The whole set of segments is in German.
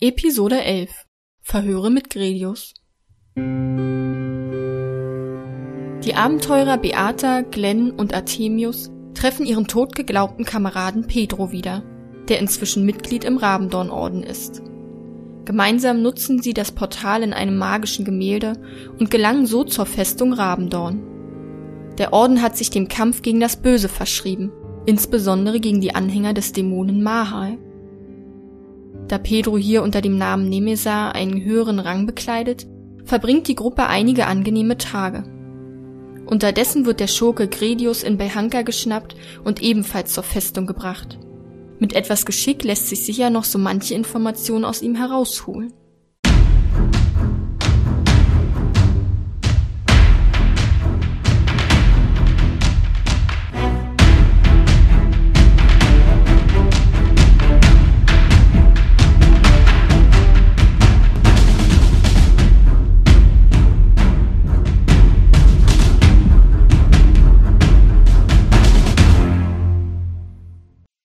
Episode 11 Verhöre mit Grelius Die Abenteurer Beata, Glenn und Artemius treffen ihren totgeglaubten Kameraden Pedro wieder, der inzwischen Mitglied im Rabendornorden ist. Gemeinsam nutzen sie das Portal in einem magischen Gemälde und gelangen so zur Festung Rabendorn. Der Orden hat sich dem Kampf gegen das Böse verschrieben, insbesondere gegen die Anhänger des Dämonen Mahal. Da Pedro hier unter dem Namen Nemesar einen höheren Rang bekleidet, verbringt die Gruppe einige angenehme Tage. Unterdessen wird der Schurke Gredius in Belhanka geschnappt und ebenfalls zur Festung gebracht. Mit etwas Geschick lässt sich sicher noch so manche Information aus ihm herausholen.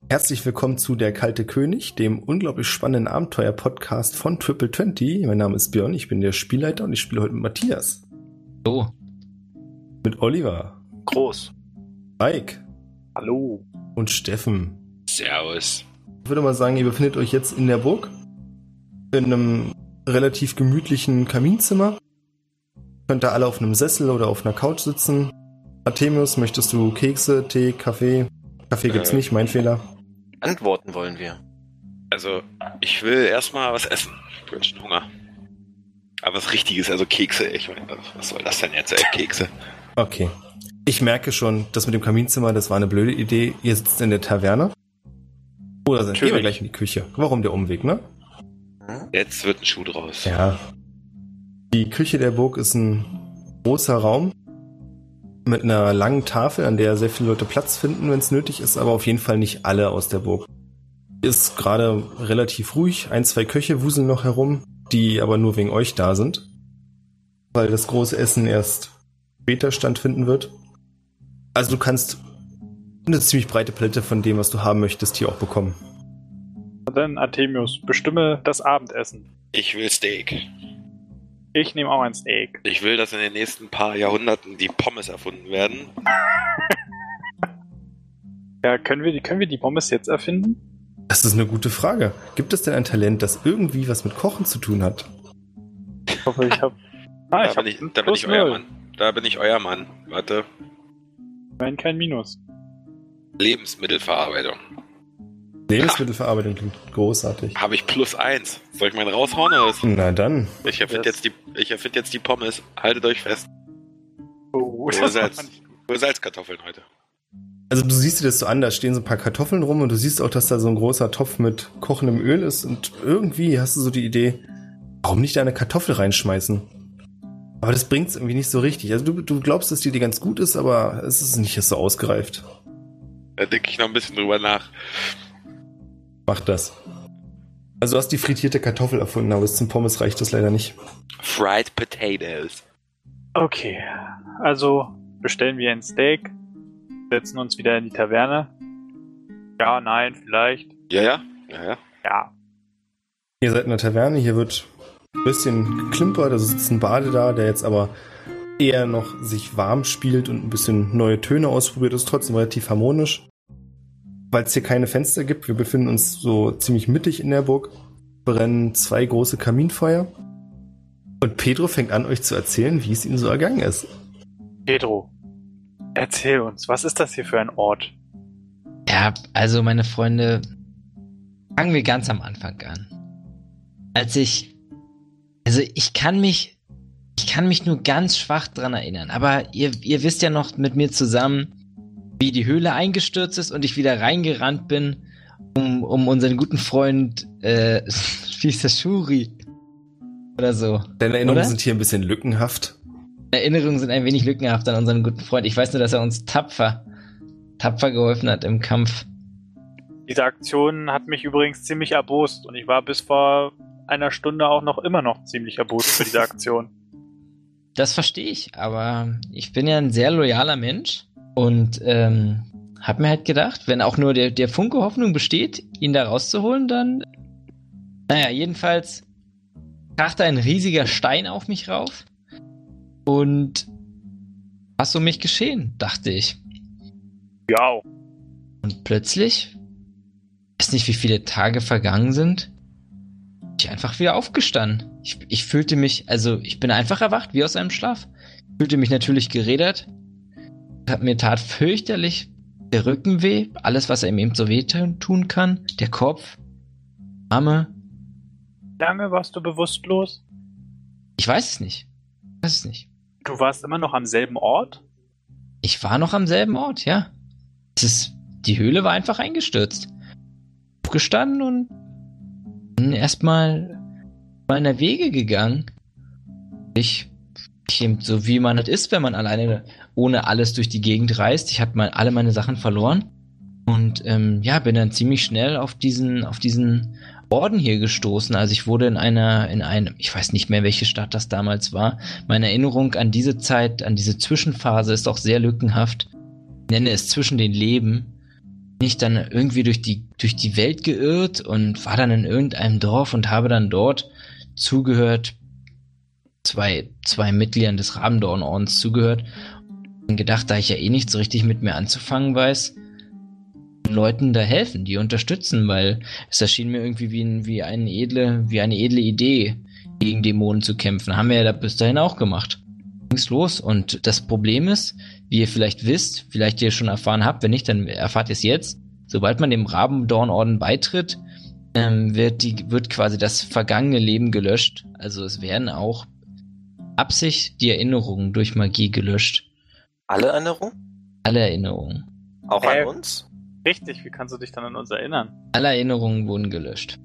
Herzlich willkommen zu Der Kalte König, dem unglaublich spannenden Abenteuer-Podcast von Triple Twenty. Mein Name ist Björn, ich bin der Spielleiter und ich spiele heute mit Matthias. Hallo. Mit Oliver, Groß. Mike Hallo. und Steffen. Servus. Ich würde mal sagen, ihr befindet euch jetzt in der Burg, in einem relativ gemütlichen Kaminzimmer. Könnt da alle auf einem Sessel oder auf einer Couch sitzen. Artemius, möchtest du Kekse, Tee, Kaffee? Kaffee gibt's Äh. nicht, mein Fehler. Antworten wollen wir. Also, ich will erstmal was essen. Ich bin schon Hunger. Aber was richtiges, also Kekse. Ich meine, was soll das denn jetzt, ey? Kekse. Okay. Ich merke schon, das mit dem Kaminzimmer, das war eine blöde Idee. Ihr sitzt in der Taverne. Oder sind gehen wir Natürlich. gleich in die Küche. Warum der Umweg, ne? Hm? Jetzt wird ein Schuh draus. Ja. Die Küche der Burg ist ein großer Raum mit einer langen Tafel, an der sehr viele Leute Platz finden, wenn es nötig ist, aber auf jeden Fall nicht alle aus der Burg. Ist gerade relativ ruhig. Ein, zwei Köche wuseln noch herum, die aber nur wegen euch da sind, weil das große Essen erst später stattfinden wird. Also du kannst eine ziemlich breite Palette von dem, was du haben möchtest, hier auch bekommen. Dann Artemius, bestimme das Abendessen. Ich will Steak. Ich nehme auch ein Steak. Ich will, dass in den nächsten paar Jahrhunderten die Pommes erfunden werden. Ja, können wir, die- können wir die Pommes jetzt erfinden? Das ist eine gute Frage. Gibt es denn ein Talent, das irgendwie was mit Kochen zu tun hat? Ich hoffe, ich habe. Ah, Da ich bin habe ich, da bin ich euer Mann. Da bin ich euer Mann. Warte. Nein, kein Minus. Lebensmittelverarbeitung. Lebensmittelverarbeitung klingt großartig. Habe ich plus eins. Soll ich meinen raushauen oder was? Na dann. Ich erfinde jetzt, die- ich erfind jetzt die Pommes. Haltet euch fest. Oh, Nur Salz. Nur Salzkartoffeln heute. Also du siehst dir das so an, da stehen so ein paar Kartoffeln rum und du siehst auch, dass da so ein großer Topf mit kochendem Öl ist und irgendwie hast du so die Idee, warum nicht da eine Kartoffel reinschmeißen? Aber das bringt's irgendwie nicht so richtig. Also du, du glaubst, dass die Idee ganz gut ist, aber es ist nicht so ausgereift. Da denke ich noch ein bisschen drüber nach. Mach das. Also du hast die frittierte Kartoffel erfunden, aber bis zum Pommes reicht das leider nicht. Fried Potatoes. Okay, also bestellen wir ein Steak, setzen uns wieder in die Taverne. Ja, nein, vielleicht. Ja, ja. Ja, ja. Ja. Ihr seid in der Taverne, hier wird ein bisschen geklimpert, da sitzt ein Bade da, der jetzt aber eher noch sich warm spielt und ein bisschen neue Töne ausprobiert, ist trotzdem relativ harmonisch. Weil es hier keine Fenster gibt, wir befinden uns so ziemlich mittig in der Burg, brennen zwei große Kaminfeuer. Und Pedro fängt an, euch zu erzählen, wie es ihm so ergangen ist. Pedro, erzähl uns, was ist das hier für ein Ort? Ja, also meine Freunde, fangen wir ganz am Anfang an. Als ich, also ich kann mich, ich kann mich nur ganz schwach dran erinnern, aber ihr, ihr wisst ja noch mit mir zusammen, wie die Höhle eingestürzt ist und ich wieder reingerannt bin, um, um unseren guten Freund, äh, wie ist das, Shuri oder so. Deine Erinnerungen Oder? sind hier ein bisschen lückenhaft. Erinnerungen sind ein wenig lückenhaft an unseren guten Freund. Ich weiß nur, dass er uns tapfer, tapfer geholfen hat im Kampf. Diese Aktion hat mich übrigens ziemlich erbost und ich war bis vor einer Stunde auch noch immer noch ziemlich erbost für diese Aktion. Das verstehe ich, aber ich bin ja ein sehr loyaler Mensch und ähm, habe mir halt gedacht, wenn auch nur der, der Funke Hoffnung besteht, ihn da rauszuholen, dann Naja, jedenfalls krachte ein riesiger Stein auf mich rauf. Und was um mich geschehen, dachte ich. Ja, Und plötzlich, weiß nicht, wie viele Tage vergangen sind, bin ich einfach wieder aufgestanden. Ich, ich fühlte mich, also ich bin einfach erwacht, wie aus einem Schlaf. Fühlte mich natürlich gerädert. Hat mir tat fürchterlich der Rücken weh, alles, was einem eben so weh tun kann, der Kopf, Arme, lange warst du bewusstlos. ich weiß es nicht. Ich weiß es nicht. Du warst immer noch am selben Ort. Ich war noch am selben Ort, ja. Es ist, die Höhle war einfach eingestürzt. Aufgestanden und bin erstmal meiner Wege gegangen. Ich, ich eben so wie man das ist, wenn man alleine ohne alles durch die Gegend reist. Ich habe mal alle meine Sachen verloren und ähm, ja, bin dann ziemlich schnell auf diesen auf diesen Orden hier gestoßen. Also ich wurde in einer in einem, ich weiß nicht mehr welche Stadt das damals war, meine Erinnerung an diese Zeit, an diese Zwischenphase ist auch sehr lückenhaft. Ich nenne es zwischen den Leben. Bin ich dann irgendwie durch die, durch die Welt geirrt und war dann in irgendeinem Dorf und habe dann dort zugehört, zwei, zwei Mitgliedern des Rabendornordens zugehört und gedacht, da ich ja eh nicht so richtig mit mir anzufangen weiß, den Leuten da helfen, die unterstützen, weil es erschien mir irgendwie wie, ein, wie, eine edle, wie eine edle Idee, gegen Dämonen zu kämpfen. Haben wir ja da bis dahin auch gemacht. Ging's los. Und das Problem ist, wie ihr vielleicht wisst, vielleicht ihr schon erfahren habt, wenn nicht, dann erfahrt ihr es jetzt. Sobald man dem Rabendornorden beitritt, ähm, wird, die, wird quasi das vergangene Leben gelöscht. Also es werden auch Absicht die Erinnerungen durch Magie gelöscht. Alle Erinnerungen? Alle Erinnerungen. Auch Äh. an uns? Richtig, wie kannst du dich dann an uns erinnern? Alle Erinnerungen wurden gelöscht.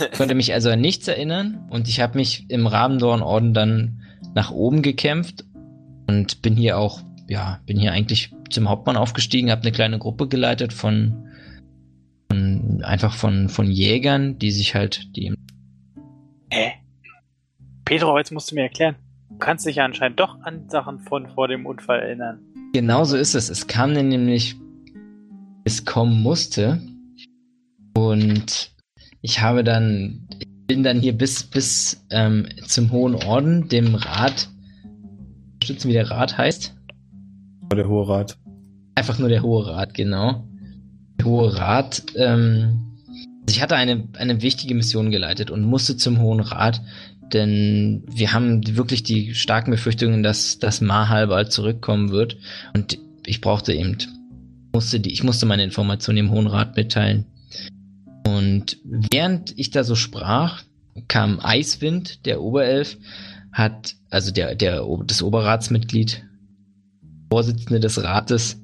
Ich konnte mich also an nichts erinnern und ich habe mich im Rabendornorden dann nach oben gekämpft und bin hier auch, ja, bin hier eigentlich zum Hauptmann aufgestiegen, habe eine kleine Gruppe geleitet von, von einfach von, von Jägern, die sich halt, die Hä? Pedro, jetzt musst du mir erklären. Du kannst dich ja anscheinend doch an Sachen von vor dem Unfall erinnern. Genau so ist es. Es kam denn nämlich, es kommen musste. Und ich habe dann, ich bin dann hier bis, bis ähm, zum Hohen Orden, dem Rat, unterstützen, wie der Rat heißt. Der Hohe Rat. Einfach nur der Hohe Rat, genau. Der Hohe Rat, ähm, ich hatte eine, eine wichtige Mission geleitet und musste zum Hohen Rat, denn wir haben wirklich die starken Befürchtungen, dass, dass Mahal bald zurückkommen wird und ich brauchte eben, musste die, ich musste meine Informationen dem Hohen Rat mitteilen. Und während ich da so sprach, kam Eiswind, der Oberelf, hat, also der, der, O- das Oberratsmitglied, Vorsitzende des Rates,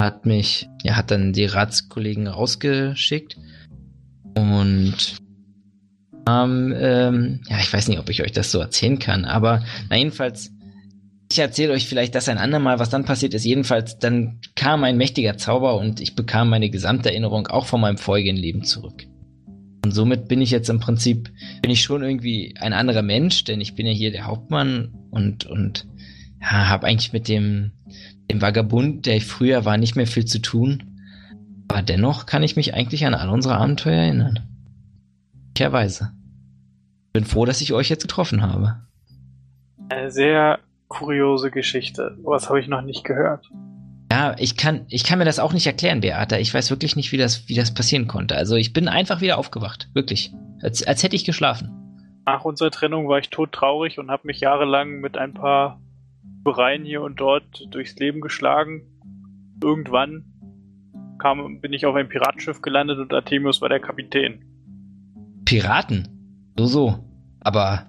hat mich, ja, hat dann die Ratskollegen rausgeschickt und ähm, ähm, ja, ich weiß nicht, ob ich euch das so erzählen kann, aber na jedenfalls, ich erzähle euch vielleicht das ein andermal, was dann passiert ist. Jedenfalls, dann kam ein mächtiger Zauber und ich bekam meine gesamte Erinnerung auch von meinem vorigen Leben zurück. Und somit bin ich jetzt im Prinzip, bin ich schon irgendwie ein anderer Mensch, denn ich bin ja hier der Hauptmann und, und ja, habe eigentlich mit dem, dem Vagabund, der ich früher war, nicht mehr viel zu tun. Aber dennoch kann ich mich eigentlich an all unsere Abenteuer erinnern. Möglicherweise. Bin froh, dass ich euch jetzt getroffen habe. Eine sehr kuriose Geschichte. Was habe ich noch nicht gehört? Ja, ich kann, ich kann mir das auch nicht erklären, Beata. Ich weiß wirklich nicht, wie das, wie das passieren konnte. Also ich bin einfach wieder aufgewacht. Wirklich. Als, als hätte ich geschlafen. Nach unserer Trennung war ich todtraurig und habe mich jahrelang mit ein paar Bereien hier und dort durchs Leben geschlagen. Irgendwann kam, bin ich auf ein Piratenschiff gelandet und Artemius war der Kapitän. Piraten. So, so. Aber,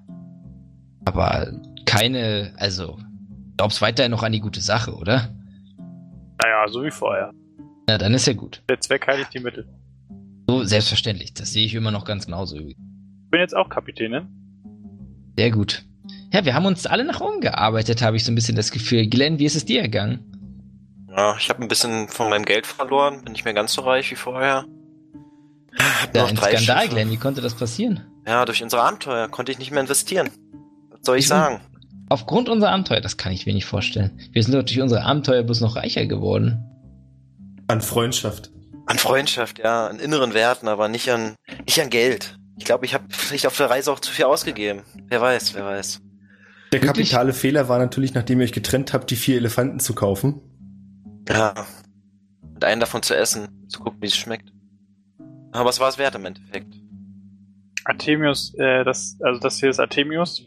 aber keine, also, glaubst weiterhin noch an die gute Sache, oder? Naja, so wie vorher. Na, dann ist ja gut. Der Zweck heiligt die Mittel. So, selbstverständlich. Das sehe ich immer noch ganz genauso. Ich bin jetzt auch Kapitän, ne? Sehr gut. Ja, wir haben uns alle nach oben gearbeitet, habe ich so ein bisschen das Gefühl. Glenn, wie ist es dir ergangen? Ja, ich habe ein bisschen von meinem Geld verloren, bin nicht mehr ganz so reich wie vorher. Hab Ja, nur ein noch drei Skandal, Schiffe. Glenn. Wie konnte das passieren? Ja, durch unsere Abenteuer konnte ich nicht mehr investieren. Was soll ich Mhm. sagen? Aufgrund unserer Abenteuer, das kann ich mir nicht vorstellen. Wir sind durch unsere Abenteuer bloß noch reicher geworden. An Freundschaft. An Freundschaft, ja, an inneren Werten, aber nicht an, nicht an Geld. Ich glaube, ich habe vielleicht auf der Reise auch zu viel ausgegeben. Wer weiß, wer weiß. Der Wirklich? kapitale Fehler war natürlich, nachdem ihr euch getrennt habt, die vier Elefanten zu kaufen. Ja. Und einen davon zu essen, zu gucken, wie es schmeckt. Aber es war es wert im Endeffekt. Artemius, äh, das, also das hier ist Artemius,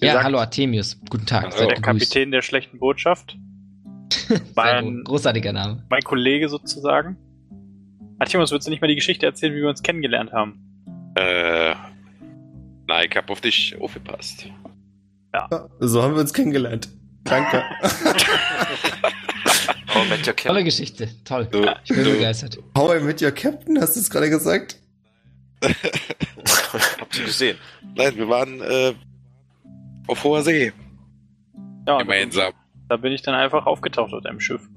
Ja, gesagt- hallo Artemius. Guten Tag. Also Seid der gegrüßt. Kapitän der schlechten Botschaft. Sehr mein- gut. Großartiger Name. mein Kollege sozusagen. Artemus, willst du nicht mal die Geschichte erzählen, wie wir uns kennengelernt haben? Äh, nein, ich hab auf dich aufgepasst. So haben wir uns kennengelernt. Danke. Oh, Met Your Tolle Cap. Geschichte. Toll. Du, Ich bin du, begeistert. How I Met Your Captain, hast du es gerade gesagt? Habt ihr gesehen? nein, wir waren äh, auf hoher See Ja, und gemeinsam. da bin ich dann einfach aufgetaucht auf deinem Schiff.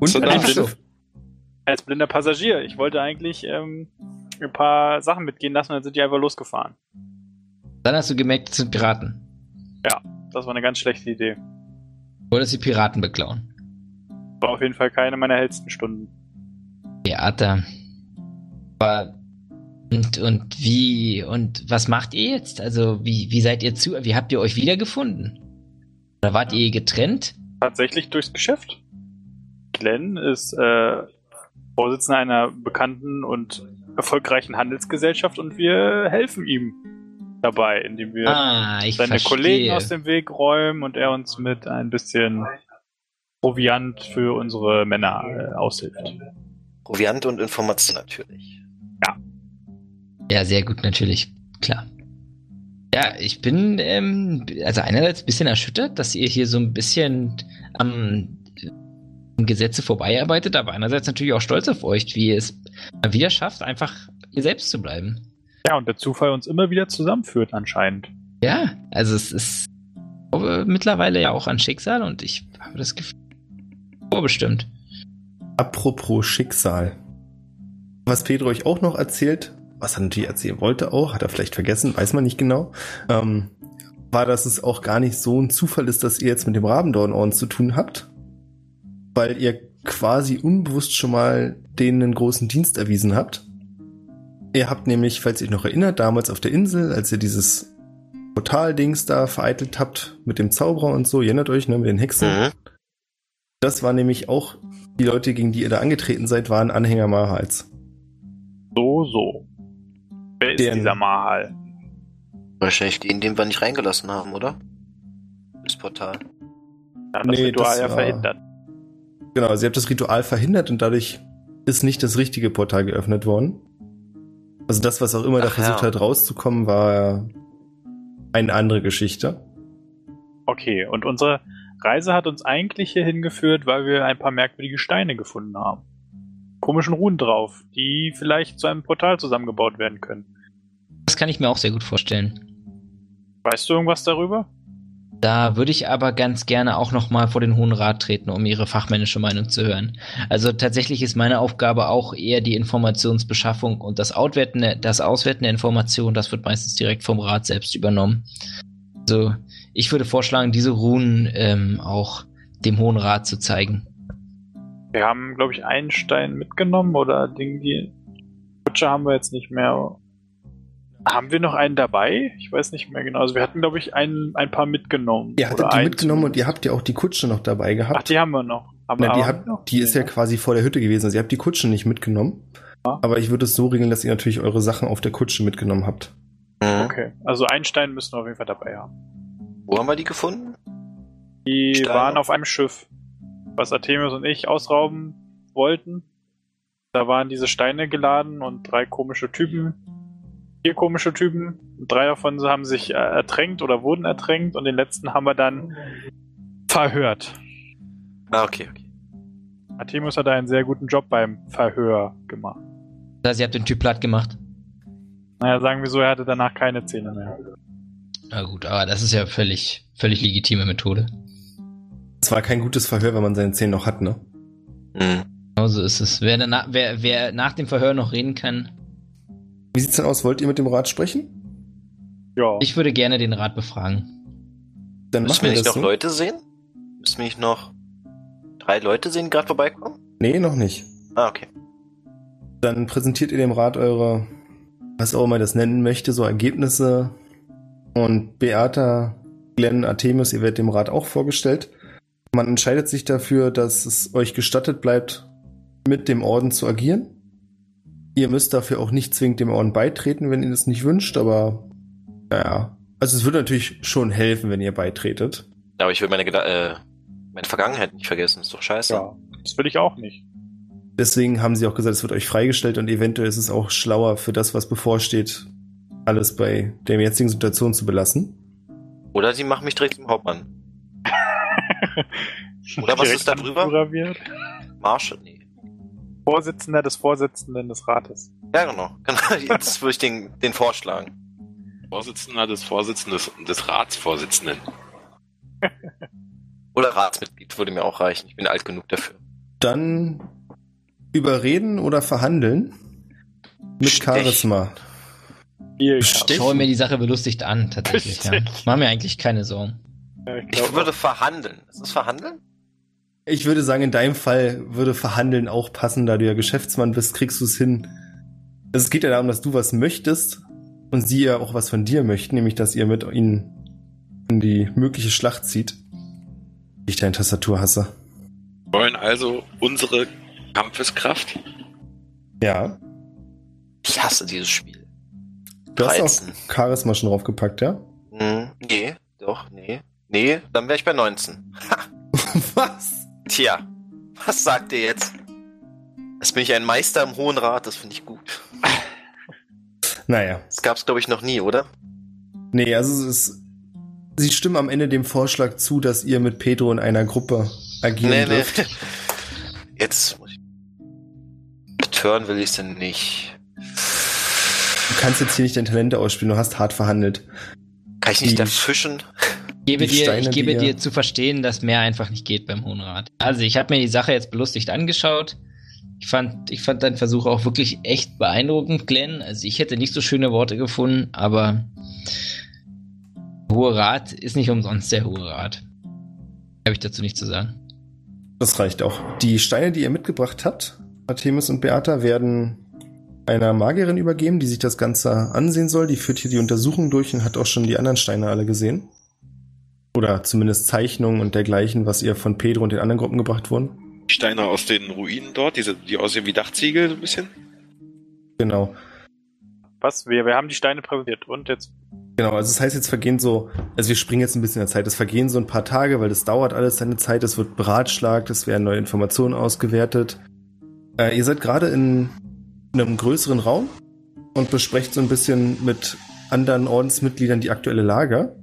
Und So, Ach nein. so. Als blinder Passagier. Ich wollte eigentlich ähm, ein paar Sachen mitgehen lassen und dann sind die einfach losgefahren. Dann hast du gemerkt, es sind Piraten. Das war eine ganz schlechte Idee. Du Wolltest die Piraten beklauen. War auf jeden Fall keine meiner hellsten Stunden. Theater. Aber und, und wie und was macht ihr jetzt? Also wie, wie seid ihr zu, wie habt ihr euch wiedergefunden? Oder wart ihr getrennt? Tatsächlich durchs Geschäft. Glenn ist äh, Vorsitzender einer bekannten und erfolgreichen Handelsgesellschaft und wir helfen ihm dabei, indem wir Ah, ich seine verstehe. Kollegen aus dem Weg räumen und er uns mit ein bisschen Proviant für unsere Männer äh, aushilft. Proviant und Information natürlich. ja, sehr gut, natürlich. Klar. Ja, ich bin ähm, also einerseits ein bisschen erschüttert, dass ihr hier so ein bisschen am am Gesetze vorbeiarbeitet, aber einerseits natürlich auch stolz auf euch, wie ihr es mal wieder schafft, einfach ihr selbst zu bleiben. Ja, und der Zufall uns immer wieder zusammenführt anscheinend. Ja, also es ist ich glaube, mittlerweile ja auch an Schicksal und ich habe das Gefühl, vorbestimmt. Apropos Schicksal. Was Pedro euch auch noch erzählt, was er natürlich erzählen wollte auch, hat er vielleicht vergessen, weiß man nicht genau, ähm, war, dass es auch gar nicht so ein Zufall ist, dass ihr jetzt mit dem Rabendornohren zu tun habt, weil ihr quasi unbewusst schon mal denen einen großen Dienst erwiesen habt. Ihr habt nämlich, falls ihr euch noch erinnert, damals auf der Insel, als ihr dieses Portal-Dings da vereitelt habt mit dem Zauberer und so, ihr erinnert euch, ne, mit den Hexen. Mhm. Das war nämlich auch, die Leute, gegen die ihr da angetreten seid, waren Anhänger Mahals. So, so. Wer ist Den- dieser Mahal? Wahrscheinlich den, den wir nicht reingelassen haben, oder? Das Portal. Ja, das Nee, Ritual das ja war- verhindert. Genau, sie habt das Ritual verhindert und dadurch ist nicht das richtige Portal geöffnet worden. Also das, was auch immer da Ach, versucht ja. hat, rauszukommen, war eine andere Geschichte. Okay, und unsere Reise hat uns eigentlich hier hingeführt, weil wir ein paar merkwürdige Steine gefunden haben. Komischen Runen drauf, die vielleicht zu einem Portal zusammengebaut werden können. Das kann ich mir auch sehr gut vorstellen. Weißt du irgendwas darüber? Da würde ich aber ganz gerne auch nochmal vor den Hohen Rat treten, um ihre fachmännische Meinung zu hören. Also tatsächlich ist meine Aufgabe auch eher die Informationsbeschaffung und das Outwerten, der- das Auswerten der Informationen, das wird meistens direkt vom Rat selbst übernommen. Also ich würde vorschlagen, diese Runen ähm, auch dem Hohen Rat zu zeigen. Wir haben, glaube ich, einen Stein mitgenommen oder Ding, die Kutsche haben wir jetzt nicht mehr. Haben wir noch einen dabei? Ich weiß nicht mehr genau. Also wir hatten, glaube ich, einen, ein paar mitgenommen. Ihr Oder hattet die einen mitgenommen und zumindest. ihr habt ja auch die Kutsche noch dabei Ach, gehabt. die haben wir noch. Haben Nein, wir die, aber habt, noch? die ist ja quasi vor der Hütte gewesen. Also ihr habt die Kutsche nicht mitgenommen. Ja. Aber ich würde es so regeln, dass ihr natürlich eure Sachen auf der Kutsche mitgenommen habt. Mhm. Okay, also einen Stein müssen wir auf jeden Fall dabei haben. Wo haben wir die gefunden? Die Stein waren auf- auf einem Schiff, was Artemis und ich ausrauben wollten. Da waren diese Steine geladen und drei komische Typen, vier komische Typen. Und drei davon haben sich äh, ertränkt oder wurden ertränkt und den letzten haben wir dann verhört. Ah, okay, okay. Artemis hat einen sehr guten Job beim Verhör gemacht. Das heißt, ihr habt den Typ platt gemacht. Naja, sagen wir so, er hatte danach keine Zähne mehr. Na gut, aber das ist ja völlig, völlig legitime Methode. Es war kein gutes Verhör, wenn man seine Zähne noch hat, ne? Mhm. Genau so ist es. Wer, danach, wer, wer nach dem Verhör noch reden kann, Wie sieht's denn aus? Wollt ihr mit dem Rat sprechen? Ja, ich würde gerne den Rat befragen. Dann Müssen machen wir wir nicht das noch so. Leute sehen? Müssen wir nicht noch drei Leute sehen, die gerade vorbeikommen? Nee, noch nicht. Ah, okay. Dann präsentiert ihr dem Rat eure was auch immer das nennen möchte, so Ergebnisse. Und Beata, Glenn, Artemis, ihr werdet dem Rat auch vorgestellt. Man entscheidet sich dafür, dass es euch gestattet bleibt, mit dem Orden zu agieren. Ihr müsst dafür auch nicht zwingend dem Orden beitreten, wenn ihr das nicht wünscht, aber naja. Also es würde natürlich schon helfen, wenn ihr beitretet. Aber ich will meine, Geda äh, meine Vergangenheit nicht vergessen, ist doch scheiße. Ja, das will ich auch nicht. Deswegen haben sie auch gesagt, es wird euch freigestellt und eventuell ist es auch schlauer für das, was bevorsteht, alles bei der jetzigen Situation zu belassen. Oder sie machen mich direkt zum Hauptmann. Oder was Direkt ist da drüber? angraviert. Marshall? Nee. Vorsitzender des Vorsitzenden des Rates. Ja, genau. Genau, Jetzt würde ich den, den vorschlagen. Vorsitzender des Vorsitzenden des, des Ratsvorsitzenden. Oder Ratsmitglied würde mir auch reichen. Ich bin alt genug dafür. Dann überreden oder verhandeln mit Stechen. Charisma. Hier, Ich schaue mir die Sache belustigt an, tatsächlich. Ja. Ich mache mir eigentlich keine Sorgen. ja, ich Ich glaub, würde verhandeln. Ist das verhandeln? Ich würde sagen, in deinem Fall würde verhandeln auch passen, da du ja Geschäftsmann bist, kriegst du es hin. Also es geht ja darum, dass du was möchtest und sie ja auch was von dir möchten, nämlich dass ihr mit ihnen in die mögliche Schlacht zieht. Ich deine Tastatur hasse. Wir wollen also unsere Kampfeskraft. Ja. Ich hasse dieses Spiel. Du hast auch 13. Charisma schon draufgepackt, ja? Hm, nee, doch, nee. Nee, dann wäre ich bei 19. was? Tja, was sagt ihr jetzt? Jetzt bin ich ein Meister im Hohen Rat, das finde ich gut. Naja. Das gab's, glaube ich, noch nie, oder? Nee, also es ist. Sie stimmen am Ende dem Vorschlag zu, dass ihr mit Pedro in einer Gruppe agieren Nee, nee. dürft. Jetzt muss ich. Betören will ich denn nicht. Du kannst jetzt hier nicht dein Talente ausspielen, du hast hart verhandelt. Kann ich nicht Die- da fischen? Ich gebe, Die dir, Steine, ich gebe die ihr- dir zu verstehen, dass mehr einfach nicht geht beim Hohen Rat. Also ich habe mir die Sache jetzt belustigt angeschaut. Ich fand, ich fand deinen Versuch auch wirklich echt beeindruckend, Glenn. Also ich hätte nicht so schöne Worte gefunden, aber der Hohe Rat ist nicht umsonst der Hohe Rat. Habe ich dazu nichts zu sagen. Das reicht auch. Die Steine, die ihr mitgebracht habt, Artemis und Beata, werden einer Magierin übergeben, die sich das Ganze ansehen soll. Die führt hier die Untersuchung durch und hat auch schon die anderen Steine alle gesehen. Oder zumindest Zeichnungen und dergleichen, was ihr von Pedro und den anderen Gruppen gebracht wurden. Die Steine aus den Ruinen dort, diese, die aussehen wie Dachziegel so ein bisschen. Genau. was? Wir, wir haben die Steine präsentiert und jetzt Genau, also das heißt, jetzt vergehen so, also wir springen jetzt ein bisschen in der Zeit, es vergehen so ein paar Tage, weil das dauert alles seine Zeit, es wird beratschlagt, es werden neue Informationen ausgewertet. Äh, ihr seid gerade in einem größeren Raum und besprecht so ein bisschen mit anderen Ordensmitgliedern die aktuelle Lage.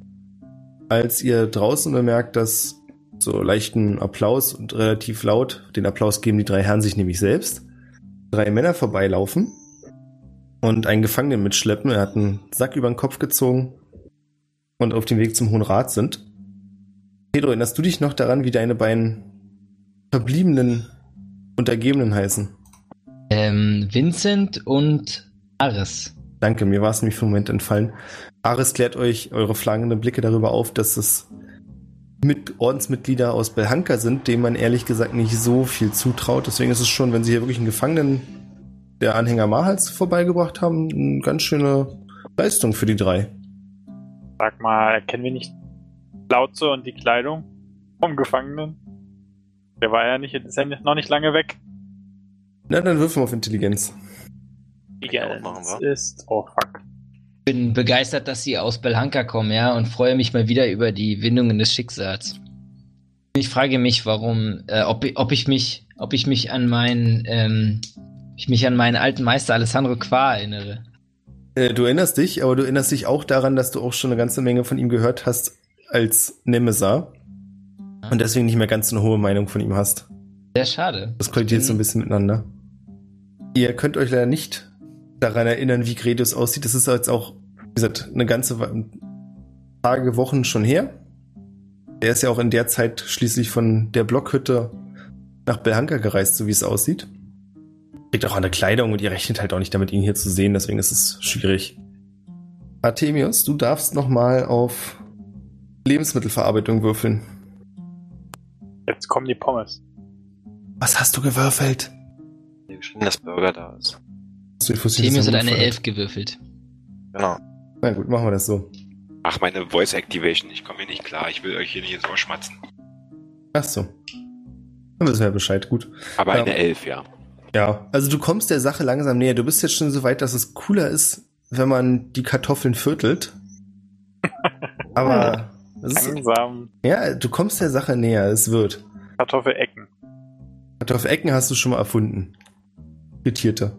Als ihr draußen bemerkt, dass so leichten Applaus und relativ laut, den Applaus geben die drei Herren sich nämlich selbst, drei Männer vorbeilaufen und einen Gefangenen mitschleppen. Er hat einen Sack über den Kopf gezogen und auf dem Weg zum Hohen Rat sind. Pedro, erinnerst du dich noch daran, wie deine beiden verbliebenen Untergebenen heißen? Ähm, Vincent und Aris. Danke, mir war es nämlich für einen Moment entfallen. Ares klärt euch eure flammenden Blicke darüber auf, dass es mit Ordensmitglieder aus Belhanka sind, dem man ehrlich gesagt nicht so viel zutraut. Deswegen ist es schon, wenn sie hier wirklich einen Gefangenen der Anhänger Mahals vorbeigebracht haben, eine ganz schöne Leistung für die drei. sag mal, erkennen wir nicht Lauze und die Kleidung vom Gefangenen? Der war ja nicht, ist ja noch nicht lange weg. Na, dann wirf mal auf Intelligenz. Ja, machen wir. ist. Oh fuck. Bin begeistert, dass Sie aus Belhanka kommen, ja, und freue mich mal wieder über die Windungen des Schicksals. Ich frage mich, warum, äh, ob, ob ich mich, ob ich mich an meinen, ähm, ich mich an meinen alten Meister Alessandro Qua erinnere. Äh, du erinnerst dich, aber du erinnerst dich auch daran, dass du auch schon eine ganze Menge von ihm gehört hast als Nemesar und deswegen nicht mehr ganz so eine hohe Meinung von ihm hast. Sehr schade. Das kollidiert Mhm. so ein bisschen miteinander. Ihr könnt euch leider nicht daran erinnern, wie Gredius aussieht. Das ist jetzt auch, wie gesagt, eine ganze We- Tage, Wochen schon her. Er ist ja auch in der Zeit schließlich von der Blockhütte nach Belhanka gereist, so wie es aussieht. Kriegt auch an der Kleidung und ihr rechnet halt auch nicht damit, ihn hier zu sehen, deswegen ist es schwierig. Artemius, du darfst nochmal auf Lebensmittelverarbeitung würfeln. Jetzt kommen die Pommes. Was hast du gewürfelt? Wir geschrieben, dass Burger da ist. Hast du die Fossilien Themis hat eine gewürfelt? Elf gewürfelt. Genau. Na gut, machen wir das so. Ach, meine Voice Activation, ich komme hier nicht klar. Ich will euch hier nicht ins Ohr schmatzen. Ach so. Dann wissen wir Bescheid, gut. Aber Ja. eine Elf, ja. Ja, also du kommst der Sache langsam näher. Du bist jetzt schon so weit, dass es cooler ist, wenn man die Kartoffeln viertelt. Aber es ist, Langsam ja, du kommst der Sache näher, es wird. Kartoffelecken. Kartoffelecken hast du schon mal erfunden. Frittierte.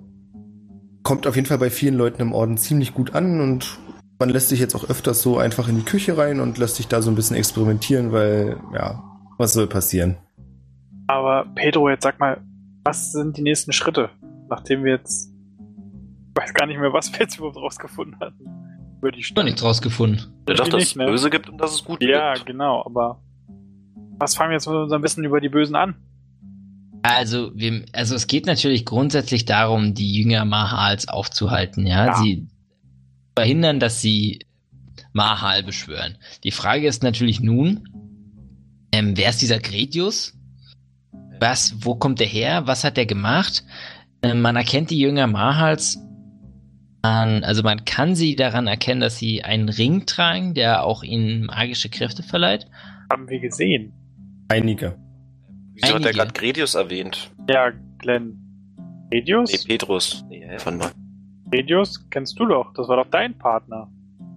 Kommt auf jeden Fall bei vielen Leuten im Orden ziemlich gut an und man lässt sich jetzt auch öfters so einfach in die Küche rein und lässt sich da so ein bisschen experimentieren, weil, ja, was soll passieren? Aber Pedro, jetzt sag mal, was sind die nächsten Schritte, nachdem wir jetzt. Ich weiß gar nicht mehr, was wir jetzt überhaupt rausgefunden hatten. Über die Ich noch Stadt. nichts rausgefunden. Doch, dass es nicht, ne? Böse gibt und dass es gut Ja, gibt. genau, aber. Was fangen wir jetzt mit unserem Wissen über die Bösen an? Also, wir, also es geht natürlich grundsätzlich darum, die Jünger Mahals aufzuhalten, ja. Ja. Sie verhindern, dass sie Mahal beschwören. Die Frage ist natürlich nun, ähm, wer ist dieser Gredius? Was, wo kommt der her? Was hat der gemacht? Ähm, man erkennt die Jünger Mahals an, also man kann sie daran erkennen, dass sie einen Ring tragen, der auch ihnen magische Kräfte verleiht. Haben wir gesehen. Einige. genau. Wieso hat er Einige. gerade Gredius erwähnt? Ja, Glenn. Nee, Redius? Petrus. Nee, helf mal. Redius kennst du doch. Das war doch dein Partner.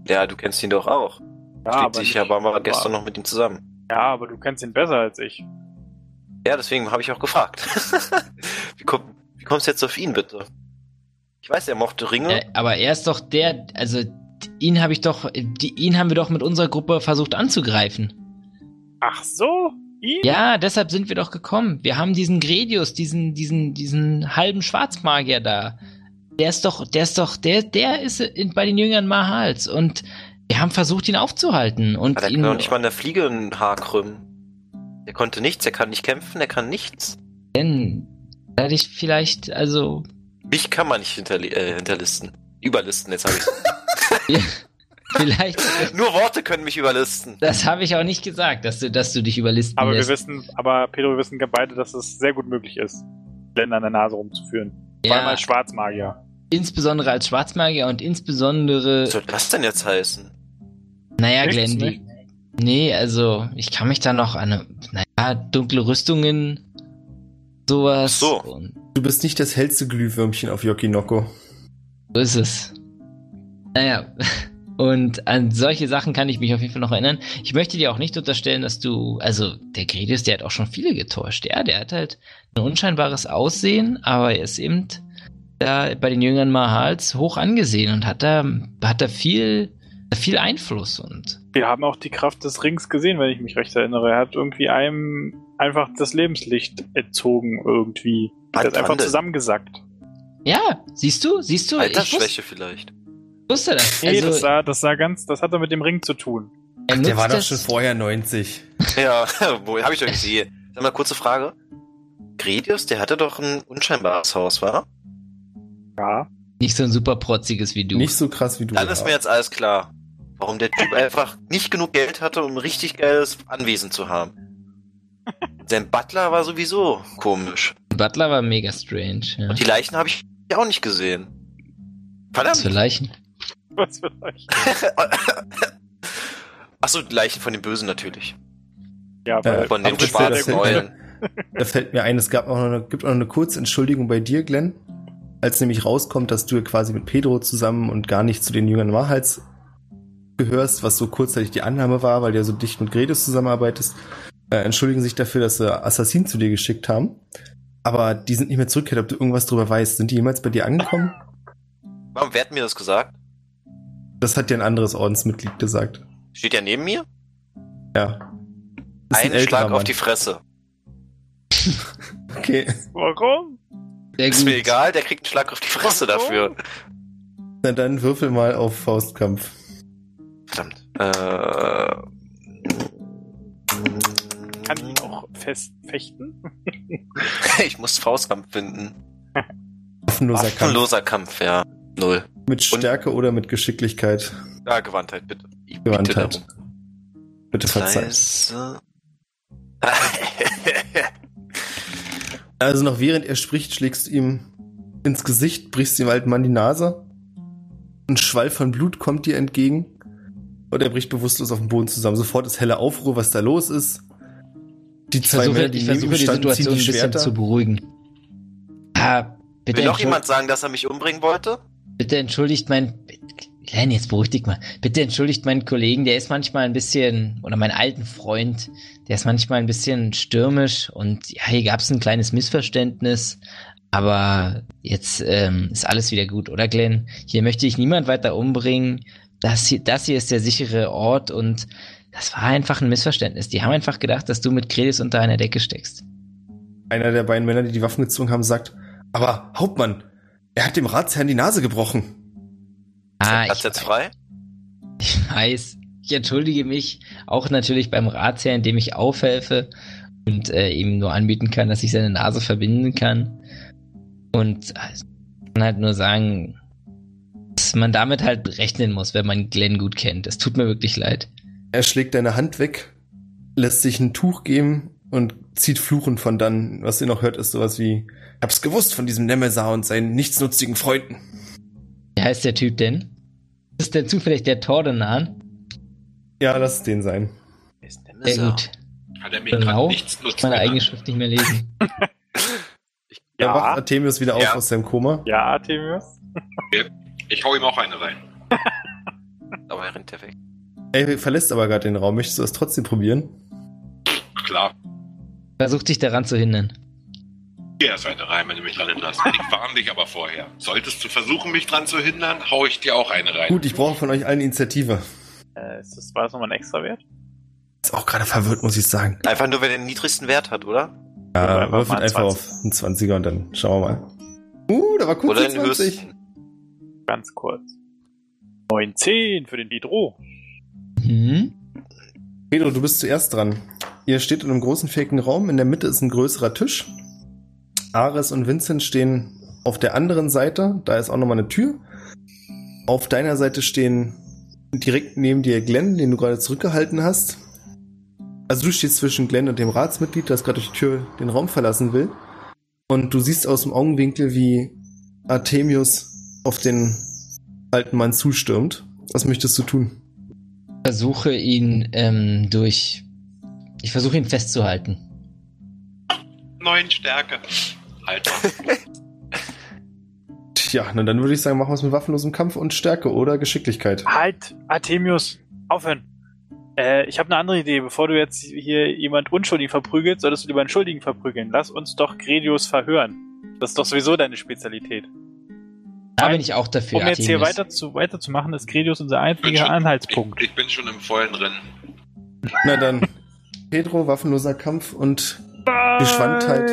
Ja, du kennst ihn doch auch. Ja, Ja, aber ich nicht- ja, war mal gestern noch mit ihm zusammen. Ja, aber du kennst ihn besser als ich. Ja, deswegen habe ich auch gefragt. wie, komm, wie kommst du jetzt auf ihn, bitte? Ich weiß, er mochte Ringe. Äh, aber er ist doch der, also ihn habe ich doch, die, ihn haben wir doch mit unserer Gruppe versucht anzugreifen. Ach so? Ihn? Ja, deshalb sind wir doch gekommen. Wir haben diesen Gredius, diesen, diesen, diesen halben Schwarzmagier da. Der ist doch, der ist doch, der, der ist in, bei den Jüngern Mahals und wir haben versucht, ihn aufzuhalten und Aber der ihn. kann doch nicht mal in der Fliege ein Haar krümmen. Der konnte nichts, er kann nicht kämpfen, er kann nichts. denn dadurch vielleicht, also Mich kann man nicht hinterli äh, hinterlisten. Überlisten, jetzt habe ich vielleicht. Nur Worte können mich überlisten. Das habe ich auch nicht gesagt, dass du, dass du dich überlisten Aber wir lässt. wissen, aber Pedro, wir wissen beide, dass es sehr gut möglich ist, Glenn an der Nase rumzuführen. Vor allem ja, als Schwarzmagier. insbesondere als Schwarzmagier und insbesondere. Was soll das denn jetzt heißen? Naja, Glenn, Nichts, ne? die, nee, also ich kann mich da noch an, eine- naja, dunkle Rüstungen, sowas. Ach so. Und Du bist nicht das hellste Glühwürmchen auf Yokinoko. so ist es. Naja, und an solche Sachen kann ich mich auf jeden Fall noch erinnern. Ich möchte dir auch nicht unterstellen, dass du, also der Gredius, der hat auch schon viele getäuscht. Ja, der hat halt ein unscheinbares Aussehen, aber er ist eben da bei den Jüngern Mahals hoch angesehen und hat da, hat da viel, viel Einfluss und Wir haben auch die Kraft des Rings gesehen, wenn ich mich recht erinnere. Er hat irgendwie einem einfach das Lebenslicht entzogen, irgendwie. Er hat Hand- einfach Handel. zusammengesackt. ja, siehst du, siehst du, ich wusste, Altersschwäche vielleicht. wusste das. Nee, das, Also, sah, das sah ganz, das hatte mit dem Ring zu tun. er nutzt Der war doch das- schon vorher 90. Ja, wo habe ich doch gesehen. Sag mal, kurze Frage. Gredius, der hatte doch ein unscheinbares Haus, war? Ja. Nicht so ein super protziges wie du. Nicht so krass wie du. Dann ist mir jetzt alles klar, warum der Typ einfach nicht genug Geld hatte, um ein richtig geiles Anwesen zu haben. Sein Butler war sowieso komisch. Butler war mega strange. Ja. Und die Leichen habe ich auch nicht gesehen. Was für Verdammt. Leichen. Was vielleicht. Achso, Leichen von den Bösen natürlich. Ja, weil Von Ab den jetzt wird das schwarzen hin- Eulen. Da fällt mir ein, es gab auch noch eine, gibt auch noch eine kurze Entschuldigung bei dir, Glenn. Als nämlich rauskommt, dass du ja quasi mit Pedro zusammen und gar nicht zu den Jüngern Wahrheits gehörst, was so kurzzeitig die Annahme war, weil du ja so dicht mit Gredes zusammenarbeitest, äh, entschuldigen sich dafür, dass sie Assassinen zu dir geschickt haben. Aber die sind nicht mehr zurückgekehrt, ob du irgendwas drüber weißt. Sind die jemals bei dir angekommen? Warum, wer hat mir das gesagt? Das hat dir ein anderes Ordensmitglied gesagt. Steht ja neben mir? Ja. Ist ein Ein älterer Schlag auf Mann. die Fresse. Okay. warum? Sehr Ist mir gut. egal, der kriegt einen Schlag auf die Fresse Warum? dafür. Na dann würfel mal auf Faustkampf. Verdammt. Äh. Kann ihn Mhm. auch festfechten? Ich muss Faustkampf finden. Waffenloser Kampf. Waffenloser Kampf, ja. Null. Mit Stärke oder mit Geschicklichkeit. Ja, Gewandtheit, bitte. Ich bitte Gewandtheit. darum. Bitte verzeihen. Scheiße. Also noch während er spricht, schlägst du ihm ins Gesicht, brichst dem alten Mann die Nase Ein Schwall von Blut kommt dir entgegen und er bricht bewusstlos auf den Boden zusammen. Sofort ist heller Aufruhr, was da los ist. Die Ich zwei versuche, Männer, die ich neben ihm versuche die standen, ziehen Situation die ein bisschen Schwerter. zu beruhigen. Ah, bitte, Will noch entschuld- jemand sagen, dass er mich umbringen wollte? bitte entschuldigt mein... Glenn, jetzt beruhig dich mal. Bitte entschuldigt meinen Kollegen, der ist manchmal ein bisschen... Oder meinen alten Freund, der ist manchmal ein bisschen stürmisch. Und ja, hier gab es ein kleines Missverständnis. Aber jetzt ähm, ist alles wieder gut, oder Glenn? Hier möchte ich niemand weiter umbringen. Das hier, das hier ist der sichere Ort und das war einfach ein Missverständnis. Die haben einfach gedacht, dass du mit Kredis unter einer Decke steckst. Einer der beiden Männer, die die Waffen gezogen haben, sagt, aber Hauptmann, er hat dem Ratsherrn die Nase gebrochen. Ah, Platz jetzt weiß. frei? Ich weiß. Ich entschuldige mich auch natürlich beim Ratsherr, indem ich aufhelfe und äh, ihm nur anbieten kann, dass ich seine Nase verbinden kann. Und äh, ich kann halt nur sagen, dass man damit halt rechnen muss, wenn man Glenn gut kennt. Es tut mir wirklich leid. Er schlägt deine Hand weg, lässt sich ein Tuch geben und zieht fluchend von dann. Was ihr noch hört, ist sowas wie, ich hab's gewusst von diesem Nemesar und seinen nichtsnutzigen Freunden. Wie heißt der Typ denn? Ist denn zufällig der Tordenan? Ja, lass es den sein. Ist der Sehr Messer. gut. Hat er mir Genau. gerade nichts Ich nutzt. kann meine eigene genannt. Schrift nicht mehr lesen. Da wacht Ja, Artemius wieder auf Ja. aus seinem Koma. ja, Artemius. Ich hau ihm auch eine rein. Aber er rennt ja weg. Er verlässt aber gerade den Raum. Möchtest du das trotzdem probieren? Klar. Versuch dich daran zu hindern. Geh erst eine rein, wenn du mich dran hinderst. Ich warne dich aber vorher. Solltest du versuchen, mich dran zu hindern, hau ich dir auch eine rein. Gut, ich brauche von euch allen Initiative. Äh, ist das, war das nochmal ein extra Wert? Ist auch gerade verwirrt, muss ich sagen. Einfach nur, wer den niedrigsten Wert hat, oder? Ja, Einfach würfelt mal einfach 20. auf einen 20er und dann schauen wir mal. Uh, da war kurz Oder eine den 20. höchsten. Ganz kurz. 19 für den Didro. Hm? Pedro, du bist zuerst dran. Ihr steht in einem großen, fähigen Raum. In der Mitte ist ein größerer Tisch. Ares und Vincent stehen auf der anderen Seite. Da ist auch nochmal eine Tür. Auf deiner Seite stehen direkt neben dir Glenn, den du gerade zurückgehalten hast. Also du stehst zwischen Glenn und dem Ratsmitglied, das gerade durch die Tür den Raum verlassen will. Und du siehst aus dem Augenwinkel, wie Artemius auf den alten Mann zustürmt. Was möchtest du tun? versuche ihn ähm, durch. Ich versuche ihn festzuhalten. Neun Stärke. Halt Alter. Tja, na dann würde ich sagen, machen wir es mit waffenlosem Kampf und Stärke oder Geschicklichkeit. Halt, Artemius, aufhören. Äh, ich habe eine andere Idee. Bevor du jetzt hier jemand unschuldig verprügelt, solltest du lieber einen Schuldigen verprügeln. Lass uns doch Gredius verhören. Das ist doch sowieso deine Spezialität. Da Nein, bin ich auch dafür. Um jetzt hier Artemis. weiter zu, weiterzumachen, ist Gredius unser einziger Bitte. Ich, Anhaltspunkt. ich bin schon im vollen drin. Na dann, Pedro, waffenloser Kampf und Geschwandtheit.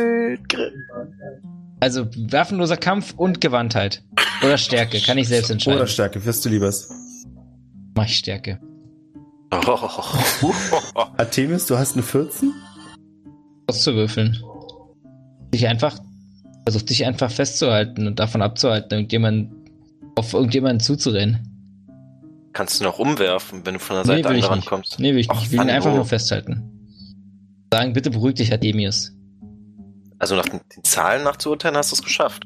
Also waffenloser Kampf und Gewandtheit. Oder Stärke. Kann ich selbst entscheiden. oder Stärke, wirst du liebers. Mach ich Stärke. Oh. Artemis, du hast eine 14? Auszuwürfeln. Dich einfach. Versuch dich einfach festzuhalten und davon abzuhalten, irgendjemand auf irgendjemanden zuzurennen. Kannst du noch umwerfen, wenn du von der Nee, Seite will ich anderen nicht. kommst. Nee, will ich, nicht. Ach, ich will ihn Mann, einfach oh. nur festhalten. Sagen, bitte beruhig dich, Ademius. Also nach den den Zahlen nach zu urteilen, hast du es geschafft.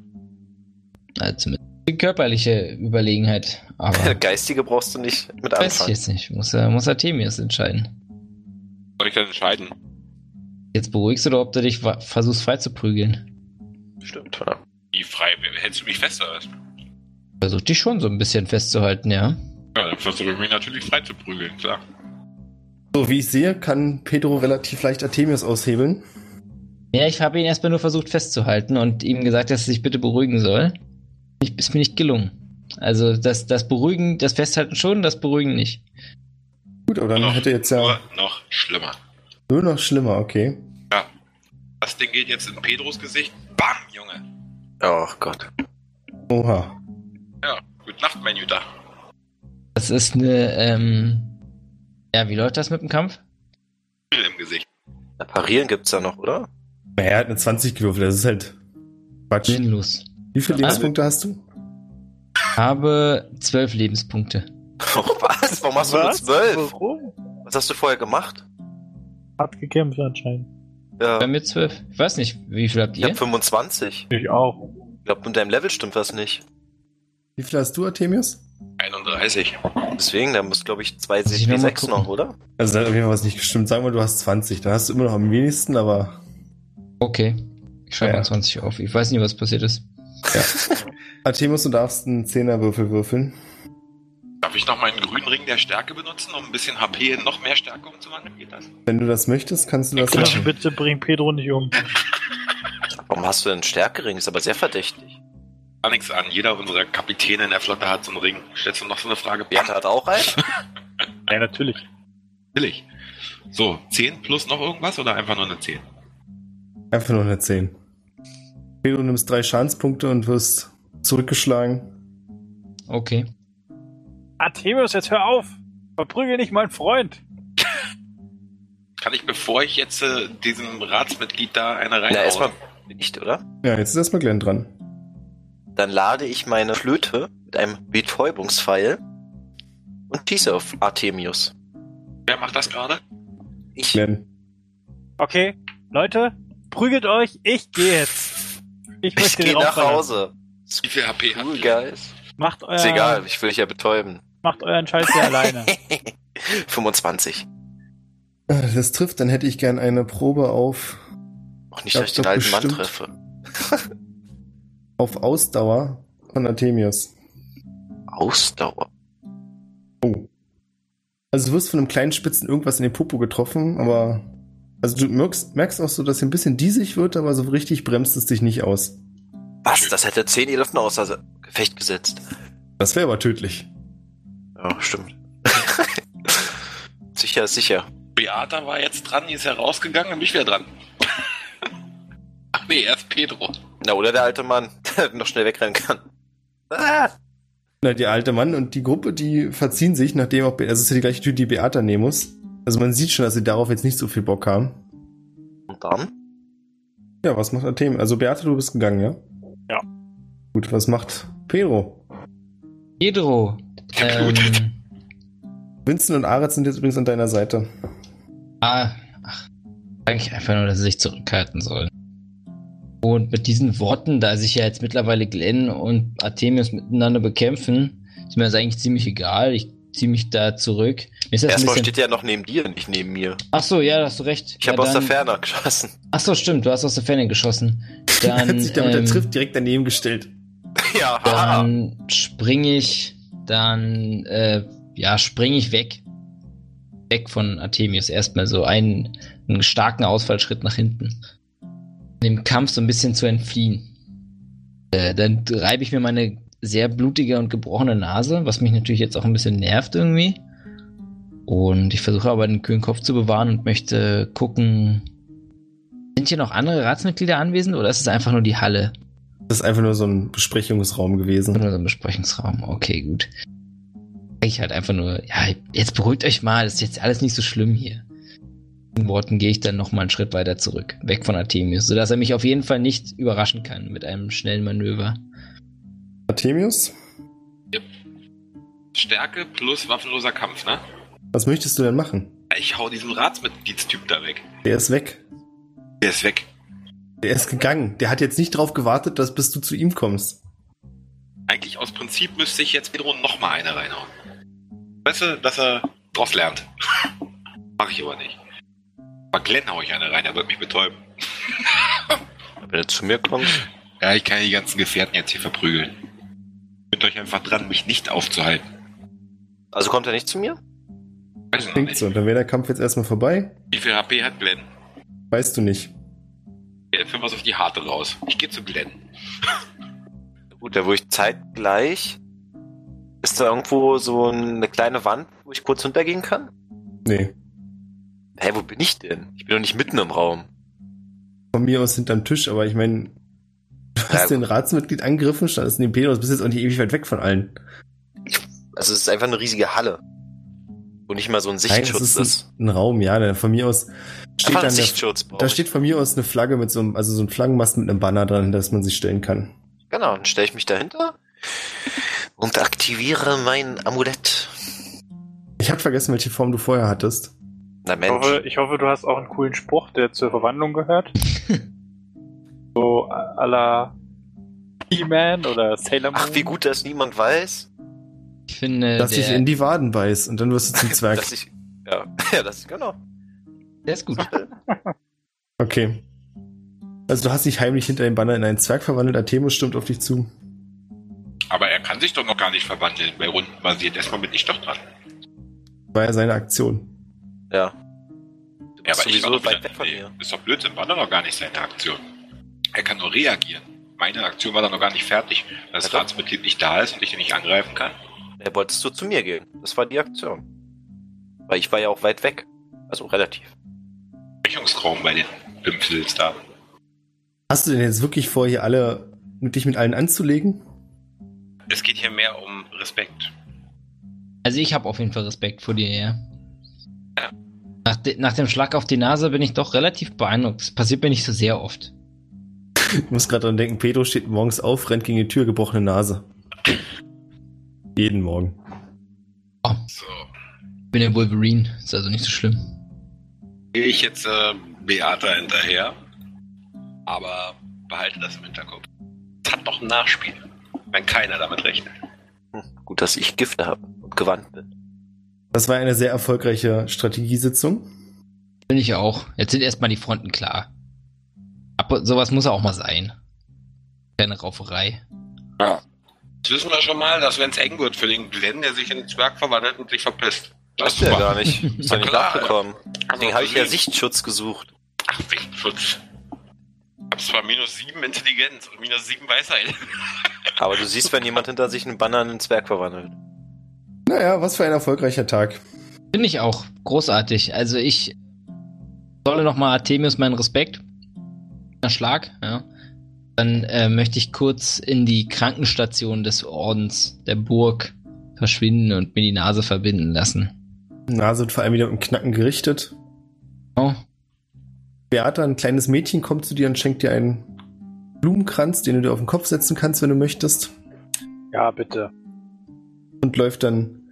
Also zumindest die körperliche Überlegenheit. Aber Geistige brauchst du nicht mit weiß ich anfangen. jetzt nicht. Muss, äh, muss Artemius entscheiden. Soll ich dann entscheiden? Jetzt beruhigst du oder ob du dich wa- versuchst frei zu prügeln? Stimmt, ja. Wie frei? Hältst du mich fest oder was? Versuch dich schon so ein bisschen festzuhalten, ja. Ja, dann versuche ich mich natürlich frei zu prügeln, klar. So, wie ich sehe, kann Pedro relativ leicht Artemius aushebeln. Ja, ich habe ihn erstmal nur versucht festzuhalten und ihm gesagt, dass er sich bitte beruhigen soll. Ich, ist mir nicht gelungen. Also das, das Beruhigen, das Festhalten schon, das Beruhigen nicht. Gut, aber dann Noch- hätte jetzt ja Nur noch schlimmer. nur noch schlimmer, okay. Ja. Das Ding geht jetzt in Pedros Gesicht. Bam, Junge. Oh Gott. Oha. Ja, gut Nacht, mein Jüter. Das ist eine, ähm, ja, wie läuft das mit dem Kampf? Im Gesicht. Na, parieren gibt's ja noch, oder? Naja, er hat eine 20 gewürfelt, das ist halt Quatsch. Sinnlos. Wie viele Ja, Lebenspunkte hast du? Habe zwölf Lebenspunkte. Oh, was? Warum hast du nur Was? zwölf? Warum? Was hast du vorher gemacht? Hart gekämpft anscheinend. Ja, Bei mir zwölf. Ich weiß nicht, wie viel habt ich ihr? hab 25. Ich auch. Ich glaube, mit deinem Level stimmt was nicht. Wie viele hast du, Artemius? 31. Deswegen, da muss, glaube ich, zwei Muss ich noch mal CP6 noch, gucken. oder? Also da hat auf jeden Fall was nicht gestimmt. Sagen wir, du hast 20. Dann hast du immer noch am wenigsten, aber Okay. Ich schreibe Ja. mal 20 auf. Ich weiß nicht, was passiert ist. Artemus, du darfst einen Zehnerwürfel würfeln. Darf ich noch meinen grünen Ring der Stärke benutzen, um ein bisschen HP in noch mehr Stärke umzuwandeln? Geht das? Wenn du das möchtest, kannst du das Ja, machen. Bitte bring Pedro nicht um. Warum hast du denn Stärkering? Ist aber sehr verdächtig. Gar nichts an. Jeder unserer Kapitäne in der Flotte hat so einen Ring. Stellst du noch so eine Frage? Beate hat auch einen? Ja, natürlich. Billig. So, 10 plus noch irgendwas oder einfach nur eine 10? Einfach nur eine 10. Pedro, Du nimmst drei Schadenspunkte und wirst zurückgeschlagen. Okay. Artemius, jetzt hör auf! Verprügel nicht meinen Freund! Kann ich, bevor ich jetzt äh, diesem Ratsmitglied da eine Na, erstmal reinhaue? nicht, oder? Ja, jetzt ist erstmal Glenn dran. Dann lade ich meine Flöte mit einem Betäubungspfeil und schieße auf Artemius. Wer macht das gerade? Ich Glenn. Okay, Leute, prügelt euch, ich gehe jetzt. Ich Ich möchte den gehe Raum nach verlassen. Hause. Wie viel HP hat Cool, die? guys. Macht, euer, Ist egal, ich will dich ja betäuben. macht euren Scheiß hier alleine. 25. Ah, Das trifft, dann hätte ich gern eine Probe auf, Auch nicht, Ja, dass ich den doch alten Mann bestimmt. treffe. auf Ausdauer von Artemius. Ausdauer. Also du wirst von einem kleinen Spitzen irgendwas in den Popo getroffen, aber. Also du merkst, merkst auch so, dass er ein bisschen diesig wird, aber so richtig bremst es dich nicht aus. Was? Das hätte 10 Elefanten außer Gefecht gesetzt. Das wäre aber tödlich. Ja, stimmt. sicher, ist sicher. Beata war jetzt dran, die ist ja rausgegangen, dann bin ich wieder dran. Ach nee, erst Pedro. Na, oder der alte Mann, der noch schnell wegrennen kann. Ah! Na, der alte Mann und die Gruppe, die verziehen sich, nachdem auch, Be- also es ist ja die gleiche Tür, die Beata nehmen muss. Also man sieht schon, dass sie darauf jetzt nicht so viel Bock haben. Und dann? Ja, was macht Artem? Also Beata, du bist gegangen, ja? Ja. Gut, was macht Pedro? Pedro. blutet. Ähm, Vincent und Aret sind jetzt übrigens an deiner Seite. Ah, ach, sag ich einfach nur, dass sie sich zurückhalten sollen. Und mit diesen Worten, da sich ja jetzt mittlerweile Glenn und Artemius miteinander bekämpfen, ist mir das eigentlich ziemlich egal. Ich ziehe mich da zurück. Mir ist das Erstmal ein steht bisschen. der ja noch neben dir, nicht neben mir. Ach so, ja, da hast du recht. Ich ja, habe aus der dann- Ferne geschossen. Ach so, stimmt, du hast aus der Ferne geschossen. Dann, Dann, Hat sich damit ähm, der Triff direkt daneben gestellt. ja, haha. Dann springe ich, dann, äh, ja, springe ich weg. Weg von Artemius. Erstmal so einen, einen starken Ausfallschritt nach hinten. Dem Kampf so ein bisschen zu entfliehen. Äh, dann reibe ich mir meine sehr blutige und gebrochene Nase, was mich natürlich jetzt auch ein bisschen nervt irgendwie. Und ich versuche aber den kühlen Kopf zu bewahren und möchte gucken. Sind hier noch andere Ratsmitglieder anwesend oder ist es einfach nur die Halle? Das ist einfach nur so ein Besprechungsraum gewesen. Nur so ein Besprechungsraum. Okay, gut. Ich halt einfach nur, ja, jetzt beruhigt euch mal, das ist jetzt alles nicht so schlimm hier. In Worten gehe ich dann nochmal einen Schritt weiter zurück, weg von Artemius, sodass er mich auf jeden Fall nicht überraschen kann mit einem schnellen Manöver. Artemius, Stärke plus waffenloser Kampf, ne? was möchtest du denn machen? Ich hau diesen Ratsmitgliedstyp da weg. Der ist weg. Der ist weg. Der ist gegangen. Der hat jetzt nicht drauf gewartet, dass bis du zu ihm kommst. Eigentlich aus Prinzip müsste ich jetzt Pedro nochmal eine reinhauen. Weißt du, dass er draus lernt. Mach ich aber nicht. Aber Glenn hau ich eine rein, er wird mich betäuben. Wenn du zu mir kommst. Ja, ich kann die ganzen Gefährten jetzt hier verprügeln. Bin euch einfach dran, mich nicht aufzuhalten. Also kommt er nicht zu mir? Weiß ich noch Klingt nicht. so. Dann wäre der Kampf jetzt erstmal vorbei. Wie viel HP hat Glenn? Weißt du nicht. Wir finden was auf die Harte raus. Ich gehe zu Glenn. Gut, da wo ich zeitgleich. Ist da irgendwo so eine kleine Wand, wo ich kurz hintergehen kann? Nee. Hä, wo bin ich denn? Ich bin doch nicht mitten im Raum. Von mir aus hinterm Tisch, aber ich meine, du Ja, hast den Ratsmitglied angegriffen, standest neben Pedro, bist jetzt auch nicht ewig weit weg von allen. Also es ist einfach eine riesige Halle. Und nicht mal so ein Nein, Sichtschutz es ist. ist ein, ein Raum, ja. Denn von mir aus steht Einfach dann ein der, Sichtschutz brauche da steht von mir aus eine Flagge mit so einem, also so ein Flaggenmast mit einem Banner dran, dass man sich stellen kann. ich. Genau, dann stelle ich mich dahinter und aktiviere mein Amulett. Ich habe vergessen, welche Form du vorher hattest. Na Ich hoffe, Mensch, ich hoffe, du hast auch einen coolen Spruch, der zur Verwandlung gehört. so a- à la He-Man oder Sailor Moon. ach wie gut, dass niemand weiß. finde, dass Äh, der, ich in die Waden beiß und dann wirst du zum Zwerg. Dass ich, ja, ja, das genau. der ist gut. Okay. Also du hast dich heimlich hinter dem Banner in einen Zwerg verwandelt, Athemus stimmt auf dich zu. Aber er kann sich doch noch gar nicht verwandeln bei rundenbasiert. Erstmal bin ich doch dran. War ja seine Aktion. Ja. Du Ja, bist aber ich war sowieso doch weit wieder, weg von nee, mir. ist doch Blödsinn, war doch noch gar nicht seine Aktion. Er kann nur reagieren. Meine Aktion war dann noch gar nicht fertig, weil das Ja, doch. Ratsmitglied nicht da ist und ich ihn nicht angreifen kann. Ja, wolltest du zu mir gehen? Das war die Aktion. Weil ich war ja auch weit weg. Also relativ. Sprechungsraum bei den Pimpfels da. Hast du denn jetzt wirklich vor, hier alle mit dich mit allen anzulegen? Es geht hier mehr um Respekt. Also ich habe auf jeden Fall Respekt vor dir, ja. Nach, de nach dem Schlag auf die Nase bin ich doch relativ beeindruckt. Das passiert mir nicht so sehr oft. Ich muss gerade dran denken, Pedro steht morgens auf, rennt gegen die Tür, gebrochene Nase. Jeden Morgen. So, Ich bin der Wolverine, ist also nicht so schlimm. gehe ich jetzt äh, Beata hinterher, aber behalte das im Hinterkopf. Es hat noch ein Nachspiel, wenn keiner damit rechnet. Hm. Gut, dass ich Gifte habe und gewandt bin. Das war eine sehr erfolgreiche Strategiesitzung. Bin ich auch. Jetzt sind erstmal die Fronten klar. Aber sowas muss auch mal sein. Keine Rauferei. Jetzt wissen wir schon mal, dass wenn es eng wird für den Glenn, der sich in den Zwerg verwandelt und sich verpisst. Das Hast du ja gar nicht. Ist Na ja nicht klar. nachgekommen. Deswegen habe ich ja Sicht. Sichtschutz gesucht. Ach, Sichtschutz. Ich hab zwar minus sieben Intelligenz und minus sieben Weisheit. Aber du siehst, wenn jemand hinter sich einen Banner in einen Zwerg verwandelt. Naja, was für ein erfolgreicher Tag. Finde ich auch großartig. Also ich solle nochmal Artemius meinen Respekt. Ein Schlag, ja. Dann äh, möchte ich kurz in die Krankenstation des Ordens der Burg verschwinden und mir die Nase verbinden lassen. Nase wird vor allem wieder mit dem Knacken gerichtet. Oh, Beata, ein kleines Mädchen, kommt zu dir und schenkt dir einen Blumenkranz, den du dir auf den Kopf setzen kannst, wenn du möchtest. Ja, bitte. Und läuft dann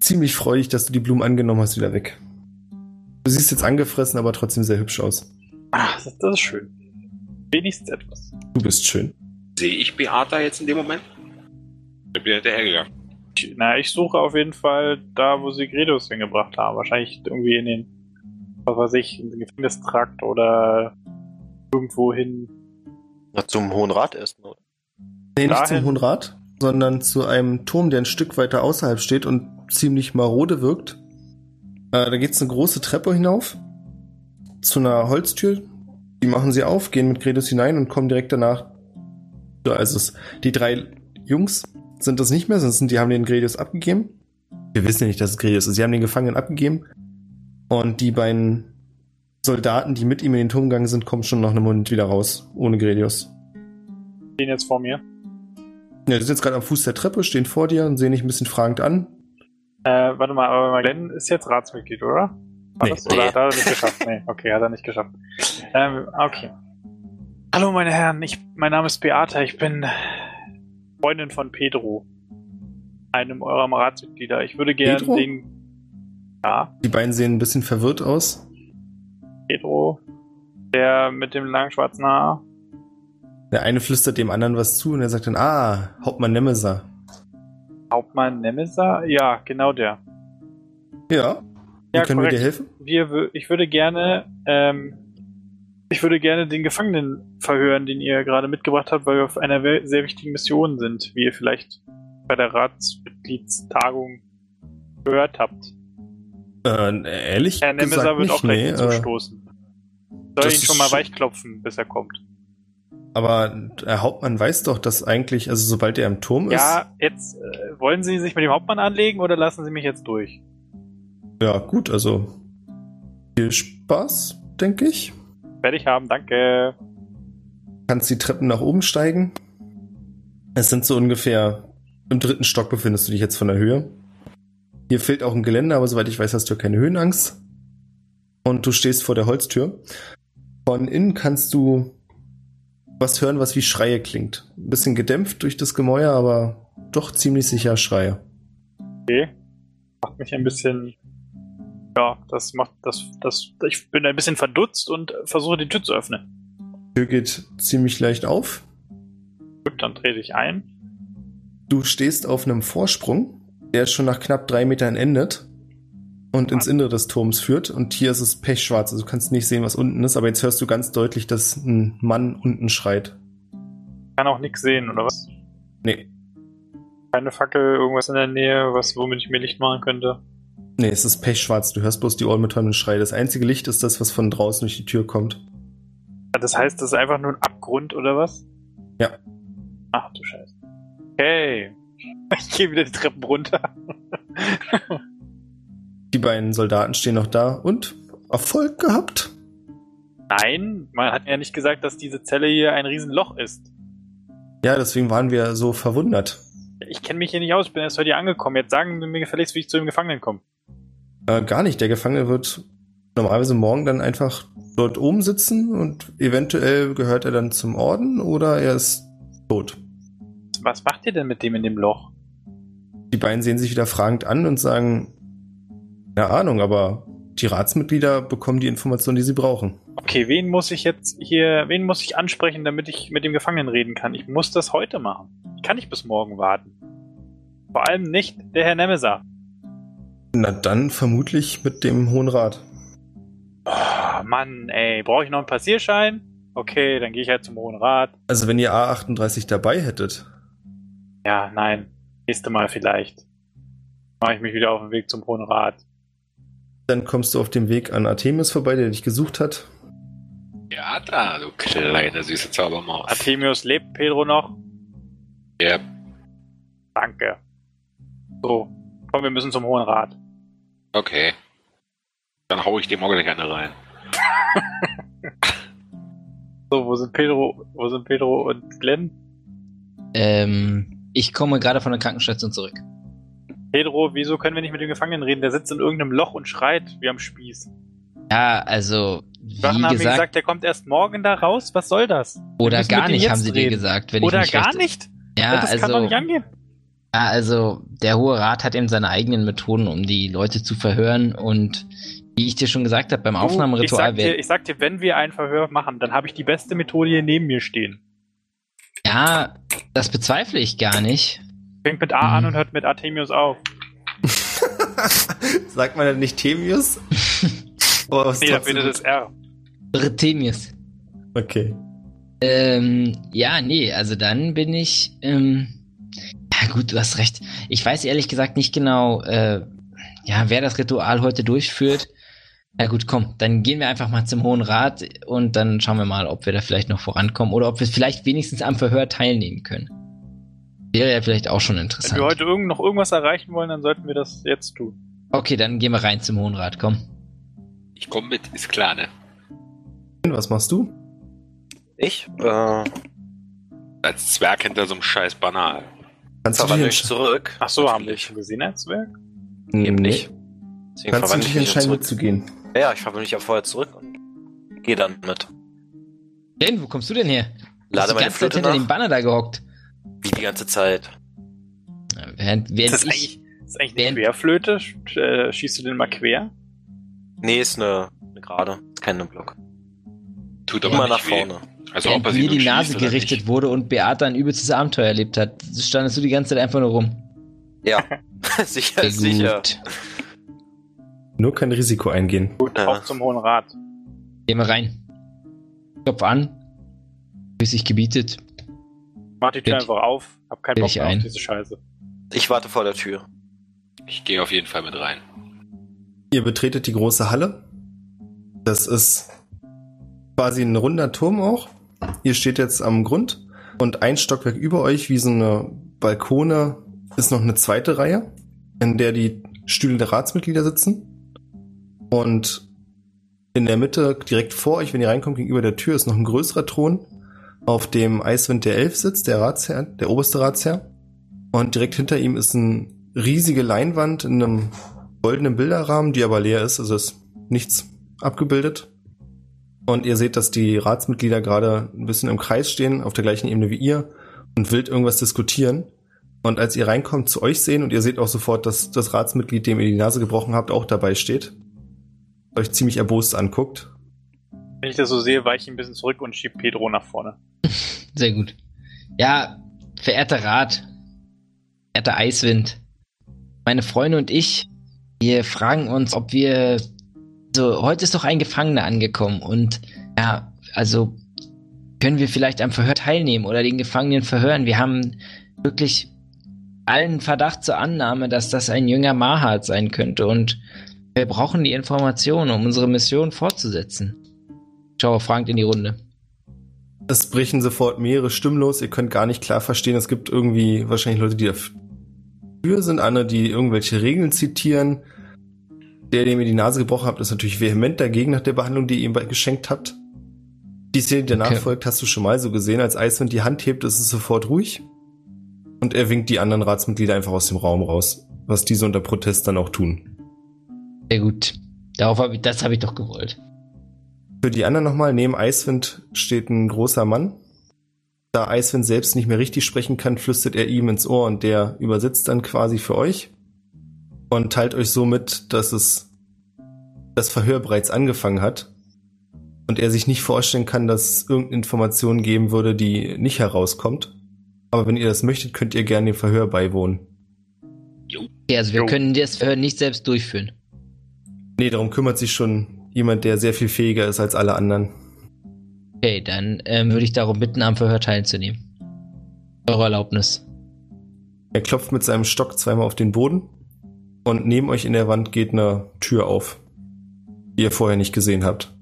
ziemlich freudig, dass du die Blumen angenommen hast, wieder weg. Du siehst jetzt angefressen, aber trotzdem sehr hübsch aus. Ach, das, das ist schön. Wenigstens etwas. Du bist schön. Sehe ich Beata jetzt in dem Moment? Ich bin hinterhergegangen. Ich, na, ich suche auf jeden Fall da, wo sie Gredos hingebracht haben. Wahrscheinlich irgendwie in den, was weiß ich, in den Gefängnistrakt oder irgendwo hin. Na, zum Hohen Rat erstmal. Nee, nicht zum Dahin. Hohen Rat, sondern zu einem Turm, der ein Stück weiter außerhalb steht und ziemlich marode wirkt. Äh, da geht's eine große Treppe hinauf zu einer Holztür. Die machen sie auf, gehen mit Gredos hinein und kommen direkt danach. Da ist es. Die drei Jungs sind das nicht mehr, sonst sind, die haben den Gredos abgegeben. Wir wissen ja nicht, dass es Gredos ist. Sie haben den Gefangenen abgegeben. Und die beiden Soldaten, die mit ihm in den Turm gegangen sind, kommen schon nach einem Moment wieder raus, ohne Gredius. Den jetzt vor mir. Ja, die sind jetzt gerade am Fuß der Treppe, stehen vor dir und sehen dich ein bisschen fragend an. Äh, warte mal, aber Glenn ist jetzt Ratsmitglied, oder? War Nee. das, oder Nee. hat er nicht geschafft? Nee, okay, hat er nicht geschafft. Ähm, okay. Hallo, meine Herren, ich, mein Name ist Beata, ich bin Freundin von Pedro, einem eurer Ratsmitglieder. Ich würde gerne Pedro? den. Ja, Die beiden sehen ein bisschen verwirrt aus. Pedro, der mit dem langen schwarzen Haar. Der eine flüstert dem anderen was zu und er sagt dann, ah, Hauptmann Nemesa. Hauptmann Nemesa? Ja, genau der. Ja, wie Ja, können wir korrekt. dir helfen? wir, wü- ich würde gerne, ähm, ich würde gerne den Gefangenen verhören, den ihr gerade mitgebracht habt, weil wir auf einer we- sehr wichtigen Mission sind, wie ihr vielleicht bei der Ratsmitgliedstagung gehört habt. Äh, ehrlich Herr gesagt Nemeser wird nicht, auch gleich nee, äh, zustoßen. Soll das ich ihn schon ist mal schon- weichklopfen, bis er kommt. aber der Hauptmann weiß doch, dass eigentlich, also sobald er im Turm ist, Ja, jetzt äh, wollen Sie sich mit dem Hauptmann anlegen oder lassen Sie mich jetzt durch? ja gut, also viel Spaß, denke ich. Werde ich haben, danke. Kannst die Treppen nach oben steigen. Es sind so ungefähr, im dritten Stock befindest du dich jetzt von der Höhe. Hier fehlt auch ein Geländer, aber soweit ich weiß, hast du keine Höhenangst. Und du stehst vor der Holztür. Von innen kannst du was hören, was wie Schreie klingt. Ein bisschen gedämpft durch das Gemäuer, aber doch ziemlich sicher Schreie. Okay. Macht mich ein bisschen. Ja, das macht das. das ich bin ein bisschen verdutzt und äh, versuche die Tür zu öffnen. Die Tür geht ziemlich leicht auf. Gut, dann trete ich ein. Du stehst auf einem Vorsprung der schon nach knapp drei Metern endet und ins Innere des Turms führt. Und hier ist es pechschwarz, also du kannst nicht sehen, was unten ist, aber jetzt hörst du ganz deutlich, dass ein Mann unten schreit. Kann auch nichts sehen, oder was? Nee. Keine Fackel, irgendwas in der Nähe, was, womit ich mir Licht machen könnte. Nee, es ist pechschwarz, du hörst bloß die Ohren mit und Schrei. Das einzige Licht ist das, was von draußen durch die Tür kommt. Ah, Das heißt, das ist einfach nur ein Abgrund, oder was? Ja. Ach du Scheiße. Okay. Ich gehe wieder die Treppen runter. Die beiden Soldaten stehen noch da und Erfolg gehabt. Nein, man hat mir ja nicht gesagt, dass diese Zelle hier ein Riesenloch ist. Ja, deswegen waren wir so verwundert. Ich kenne mich hier nicht aus, ich bin erst heute hier angekommen. Jetzt sagen Sie mir gefälligst, wie ich zu dem Gefangenen komme. Äh, gar nicht. Der Gefangene wird normalerweise morgen dann einfach dort oben sitzen und eventuell gehört er dann zum Orden oder er ist tot. Was macht ihr denn mit dem in dem Loch? Die beiden sehen sich wieder fragend an und sagen, keine Ahnung, aber die Ratsmitglieder bekommen die Informationen, die sie brauchen. Okay, wen muss ich jetzt hier, wen muss ich ansprechen, damit ich mit dem Gefangenen reden kann? Ich muss das heute machen. Ich kann nicht bis morgen warten. Vor allem nicht der Herr Nemeser. Na dann vermutlich mit dem Hohen Rat. Oh, Mann, ey, brauche ich noch einen Passierschein? Okay, dann gehe ich halt zum Hohen Rat. Also wenn ihr A38 dabei hättet, Ja, nein, nächste Mal vielleicht. Mache ich mich wieder auf den Weg zum Hohen Rat. dann kommst du auf dem Weg an Artemis vorbei, der dich gesucht hat. Ja, da, du kleine süße Zaubermaus. Artemius lebt Pedro noch? Ja. Danke. So, komm, wir müssen zum Hohen Rat. Okay. Dann hau ich dem auch gleich eine rein. So, wo sind Pedro, wo sind Pedro und Glenn? Ähm, ich komme gerade von der Krankenstation zurück. Pedro, wieso können wir nicht mit dem Gefangenen reden? Der sitzt in irgendeinem Loch und schreit wie am Spieß. Ja, also, wie Sachen haben mir gesagt, gesagt, der kommt erst morgen da raus. Was soll das? oder müssen gar mit ihm nicht, haben jetzt sie dir reden. gesagt. Wenn Oder ich mich gar recht, nicht? Ja, das kann also, doch nicht angehen. Ja, also der Hohe Rat hat eben seine eigenen Methoden, um die Leute zu verhören und wie ich dir schon gesagt habe, beim ich, sag Aufnahmeritual dir, werden. ich sag dir, wenn wir ein Verhör machen, dann habe ich die beste Methode hier neben mir stehen. Ja, das bezweifle ich gar nicht. Fängt mit A an Mhm. und hört mit Artemius auf. Sagt man denn nicht Themius? Oh, ist Nee, da trotzdem findet gut. das R. Retemius. Okay. Ähm, ja, nee, also dann bin ich. Ähm, ja, gut, du hast recht. Ich weiß ehrlich gesagt nicht genau, äh, ja, wer das Ritual heute durchführt. Na gut, komm, dann gehen wir einfach mal zum Hohen Rat und dann schauen wir mal, ob wir da vielleicht noch vorankommen oder ob wir vielleicht wenigstens am Verhör teilnehmen können. Wäre ja vielleicht auch schon Wenn interessant. wir heute irgend noch irgendwas erreichen wollen, dann sollten wir das jetzt tun. Okay, dann gehen wir rein zum Hohen Rat, komm. Ich komme mit, ist klar, ne? Was machst du? Ich? Äh, Als Zwerg hinter so einem scheiß Banal. Kannst du dich verwandle mich entscheiden? zurück. Ach so, haben wir Natürlich. schon gesehen als Werk? Eben nicht. Deswegen Kannst du verwandle dich ich mich entscheiden, zurück. mitzugehen? Ja, ich verwandle mich ja vorher zurück und gehe dann mit. Glenn, wo kommst du denn her? Hast Lade du die meine ganze Zeit Also Flöte hinter dem nach, Banner da gehockt. wie die ganze Zeit. Ja, Während, Ist während das ich, eigentlich, ist eigentlich Während- eine Querflöte? Sch- äh, Schießt du den mal quer? Nee, ist eine, eine gerade. Ist keine Block. Tut aber Immer nach nicht weh. vorne. Also während ob er sie mir nun die Nase schießt oder gerichtet nicht. wurde und Beata ein übelstes Abenteuer erlebt hat, standest du die ganze Zeit einfach nur rum. Ja. sicher, Sehr sicher. gut. Nur kein Risiko eingehen. Gut, Ja. auch zum Hohen Rat. Gehen wir rein. Kopf an. Bis sich gebietet. Mach die Tür Gut. einfach auf. Hab keinen Will Bock ich mehr auf ein. diese Scheiße. Ich warte vor der Tür. Ich gehe auf jeden Fall mit rein. Ihr betretet die große Halle. Das ist quasi ein runder Turm auch. Ihr steht jetzt am Grund und ein Stockwerk über euch, wie so eine Balkone, ist noch eine zweite Reihe, in der die Stühle der Ratsmitglieder sitzen. Und in der Mitte, direkt vor euch, wenn ihr reinkommt, gegenüber der Tür, ist noch ein größerer Thron, auf dem Eiswind der Elf sitzt, der Ratsherr, der oberste Ratsherr. Und direkt hinter ihm ist eine riesige Leinwand in einem goldenen Bilderrahmen, die aber leer ist. Also ist nichts abgebildet. Und ihr seht, dass die Ratsmitglieder gerade ein bisschen im Kreis stehen, auf der gleichen Ebene wie ihr und wild irgendwas diskutieren. Und als ihr reinkommt, zu euch sehen und ihr seht auch sofort, dass das Ratsmitglied, dem ihr die Nase gebrochen habt, auch dabei steht. Euch ziemlich erbost anguckt. Wenn ich das so sehe, weiche ich ein bisschen zurück und schieb Pedro nach vorne. Sehr gut. Ja, verehrter Rat. Verehrter Eiswind. meine Freunde und ich, wir fragen uns, ob wir. So, heute ist doch ein Gefangener angekommen und ja, also können wir vielleicht am Verhör teilnehmen oder den Gefangenen verhören. Wir haben wirklich allen Verdacht zur Annahme, dass das ein jünger Mahat sein könnte und wir brauchen die Informationen, um unsere Mission fortzusetzen. Ich schaue fragend in die Runde. Es brechen sofort mehrere Stimmen los. Ihr könnt gar nicht klar verstehen. Es gibt irgendwie wahrscheinlich Leute, die dafür sind, andere, die irgendwelche Regeln zitieren. Der, dem ihr die Nase gebrochen habt, ist natürlich vehement dagegen nach der Behandlung, die ihr ihm geschenkt habt. Die Szene, die danach Okay. folgt, hast du schon mal so gesehen. Als Icewind die Hand hebt, ist es sofort ruhig. Und er winkt die anderen Ratsmitglieder einfach aus dem Raum raus, was diese unter Protest dann auch tun. Sehr gut. Darauf hab ich, das habe ich doch gewollt. Für die anderen nochmal, neben Eiswind steht ein großer Mann. Da Eiswind selbst nicht mehr richtig sprechen kann, flüstert er ihm ins Ohr und der übersetzt dann quasi für euch und teilt euch so mit, dass es das Verhör bereits angefangen hat und er sich nicht vorstellen kann, dass es irgendeine Information geben würde, die nicht herauskommt. Aber wenn ihr das möchtet, könnt ihr gerne dem Verhör beiwohnen. Okay, also wir Jo. können das Verhör nicht selbst durchführen. Nee, darum kümmert sich schon jemand, der sehr viel fähiger ist als alle anderen. Okay, dann ähm, würde ich darum bitten, am Verhör teilzunehmen. Eure Erlaubnis. Er klopft mit seinem Stock zweimal auf den Boden und neben euch in der Wand geht eine Tür auf, die ihr vorher nicht gesehen habt.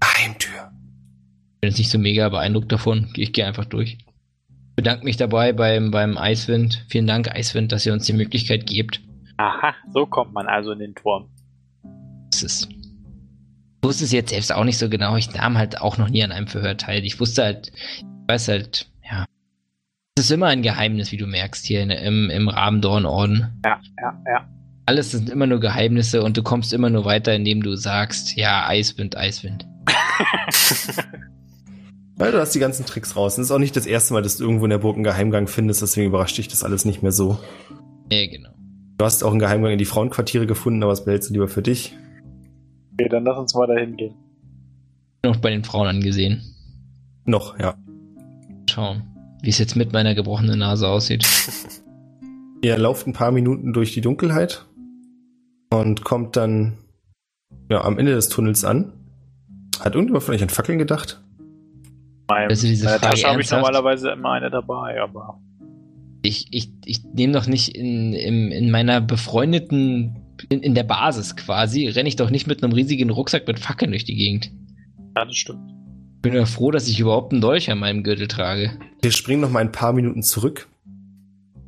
Geheimtür. Ich bin jetzt nicht so mega beeindruckt davon. Ich gehe einfach durch. Bedanke mich dabei beim, beim Eiswind. Vielen Dank, Eiswind, dass ihr uns die Möglichkeit gebt. Aha, so kommt man also in den Turm. Es ist. Ich wusste es jetzt selbst auch nicht so genau. Ich nahm halt auch noch nie an einem Verhör teil. Ich wusste halt, ich weiß halt, ja. Es ist immer ein Geheimnis, wie du merkst, hier in, im, im Rabendornorden. Ja, ja, ja. Alles sind immer nur Geheimnisse und du kommst immer nur weiter, indem du sagst, ja, Eiswind, Eiswind. Ja, du hast die ganzen Tricks raus. Und es ist auch nicht das erste Mal, dass du irgendwo in der Burg einen Geheimgang findest, deswegen überrascht dich das alles nicht mehr so. Ja, genau. Du hast auch einen Geheimgang in die Frauenquartiere gefunden, aber das behältst du lieber für dich. Okay, dann lass uns mal dahin gehen. Noch bei den Frauen angesehen. Noch, ja. Schauen, wie es jetzt mit meiner gebrochenen Nase aussieht. Ihr lauft ein paar Minuten durch die Dunkelheit und kommt dann ja, am Ende des Tunnels an. Hat irgendjemand von euch an Fackeln gedacht? Mein, Also diese meine Frage Tasche habe ich ernsthaft? normalerweise immer eine dabei, aber Ich, ich, ich nehme doch nicht in, in, in meiner befreundeten, in, in der Basis quasi, renne ich doch nicht mit einem riesigen Rucksack mit Fackeln durch die Gegend. ja, das stimmt. Bin ja froh, dass ich überhaupt einen Dolch an meinem Gürtel trage. Wir springen noch mal ein paar Minuten zurück.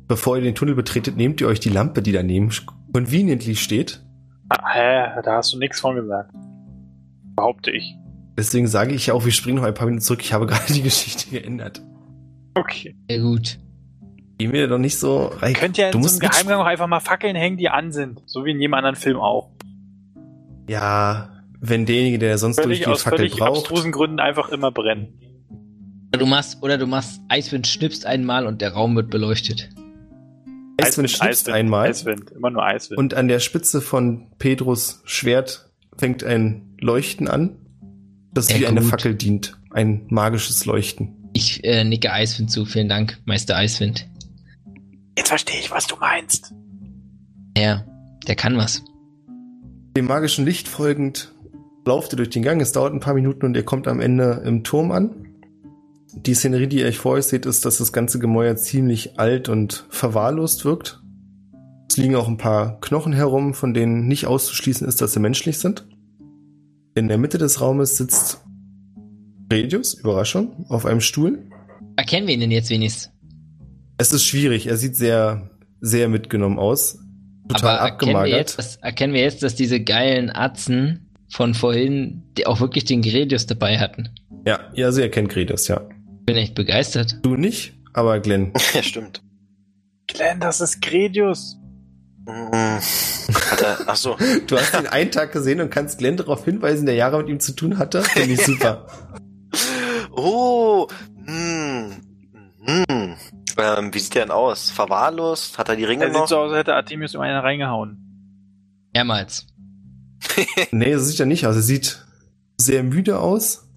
Bevor ihr den Tunnel betretet, nehmt ihr euch die Lampe, die daneben sch- conveniently steht. Ah, hä, da hast du nichts von gesagt. Behaupte ich. Deswegen sage ich ja auch, wir springen noch ein paar Minuten zurück. Ich habe gerade die Geschichte geändert. Okay. Sehr gut. Geh mir doch nicht so rein. Ihr könnt ja Du in so einem musst mit- Geheimgang auch einfach mal Fackeln hängen, die an sind. So wie in jedem anderen Film auch. Ja, wenn derjenige, der sonst Völlig durch aus die Fackel völlig braucht. abstrusen Gründen einfach immer brennen. Oder du machst, oder du machst Eiswind schnippst einmal und der Raum wird beleuchtet. Eiswind schnipst einmal. Eiswind, immer nur Eiswind. Und an der Spitze von Pedros Schwert fängt ein Leuchten an, das Sehr wie eine gut. Fackel dient. Ein magisches Leuchten. Ich äh, nicke Eiswind zu. Vielen Dank, Meister Eiswind. jetzt verstehe ich, was du meinst. Ja, der kann was. Dem magischen Licht folgend lauft ihr durch den Gang. Es dauert ein paar Minuten und ihr kommt am Ende im Turm an. Die Szenerie, die ihr euch vor euch seht, ist, dass das ganze Gemäuer ziemlich alt und verwahrlost wirkt. Es liegen auch ein paar Knochen herum, von denen nicht auszuschließen ist, dass sie menschlich sind. In der Mitte des Raumes sitzt Redius, Überraschung, auf einem Stuhl. Erkennen wir ihn denn jetzt wenigstens? Es ist schwierig. Er sieht sehr, sehr mitgenommen aus. Total erkennen wir, abgemagert. jetzt, dass, erkennen wir jetzt, dass diese geilen Atzen von vorhin die auch wirklich den Gredius dabei hatten? Ja, also ja, sie erkennt Gredos, ja. Bin echt begeistert. Du nicht, aber Glenn. Ja, stimmt. Glenn, das ist Gredius. Mhm. Hat er, ach so. Du hast ihn einen Tag gesehen und kannst Glenn darauf hinweisen, der Jahre mit ihm zu tun hatte. Finde ich super. Oh, mh, mh. Ähm, wie sieht der denn aus? Verwahrlost? Hat er die Ringe Er sieht noch? so aus, als hätte Artemius ihm einen reingehauen. Mehrmals. nee, so sieht er nicht aus. Er sieht sehr müde aus,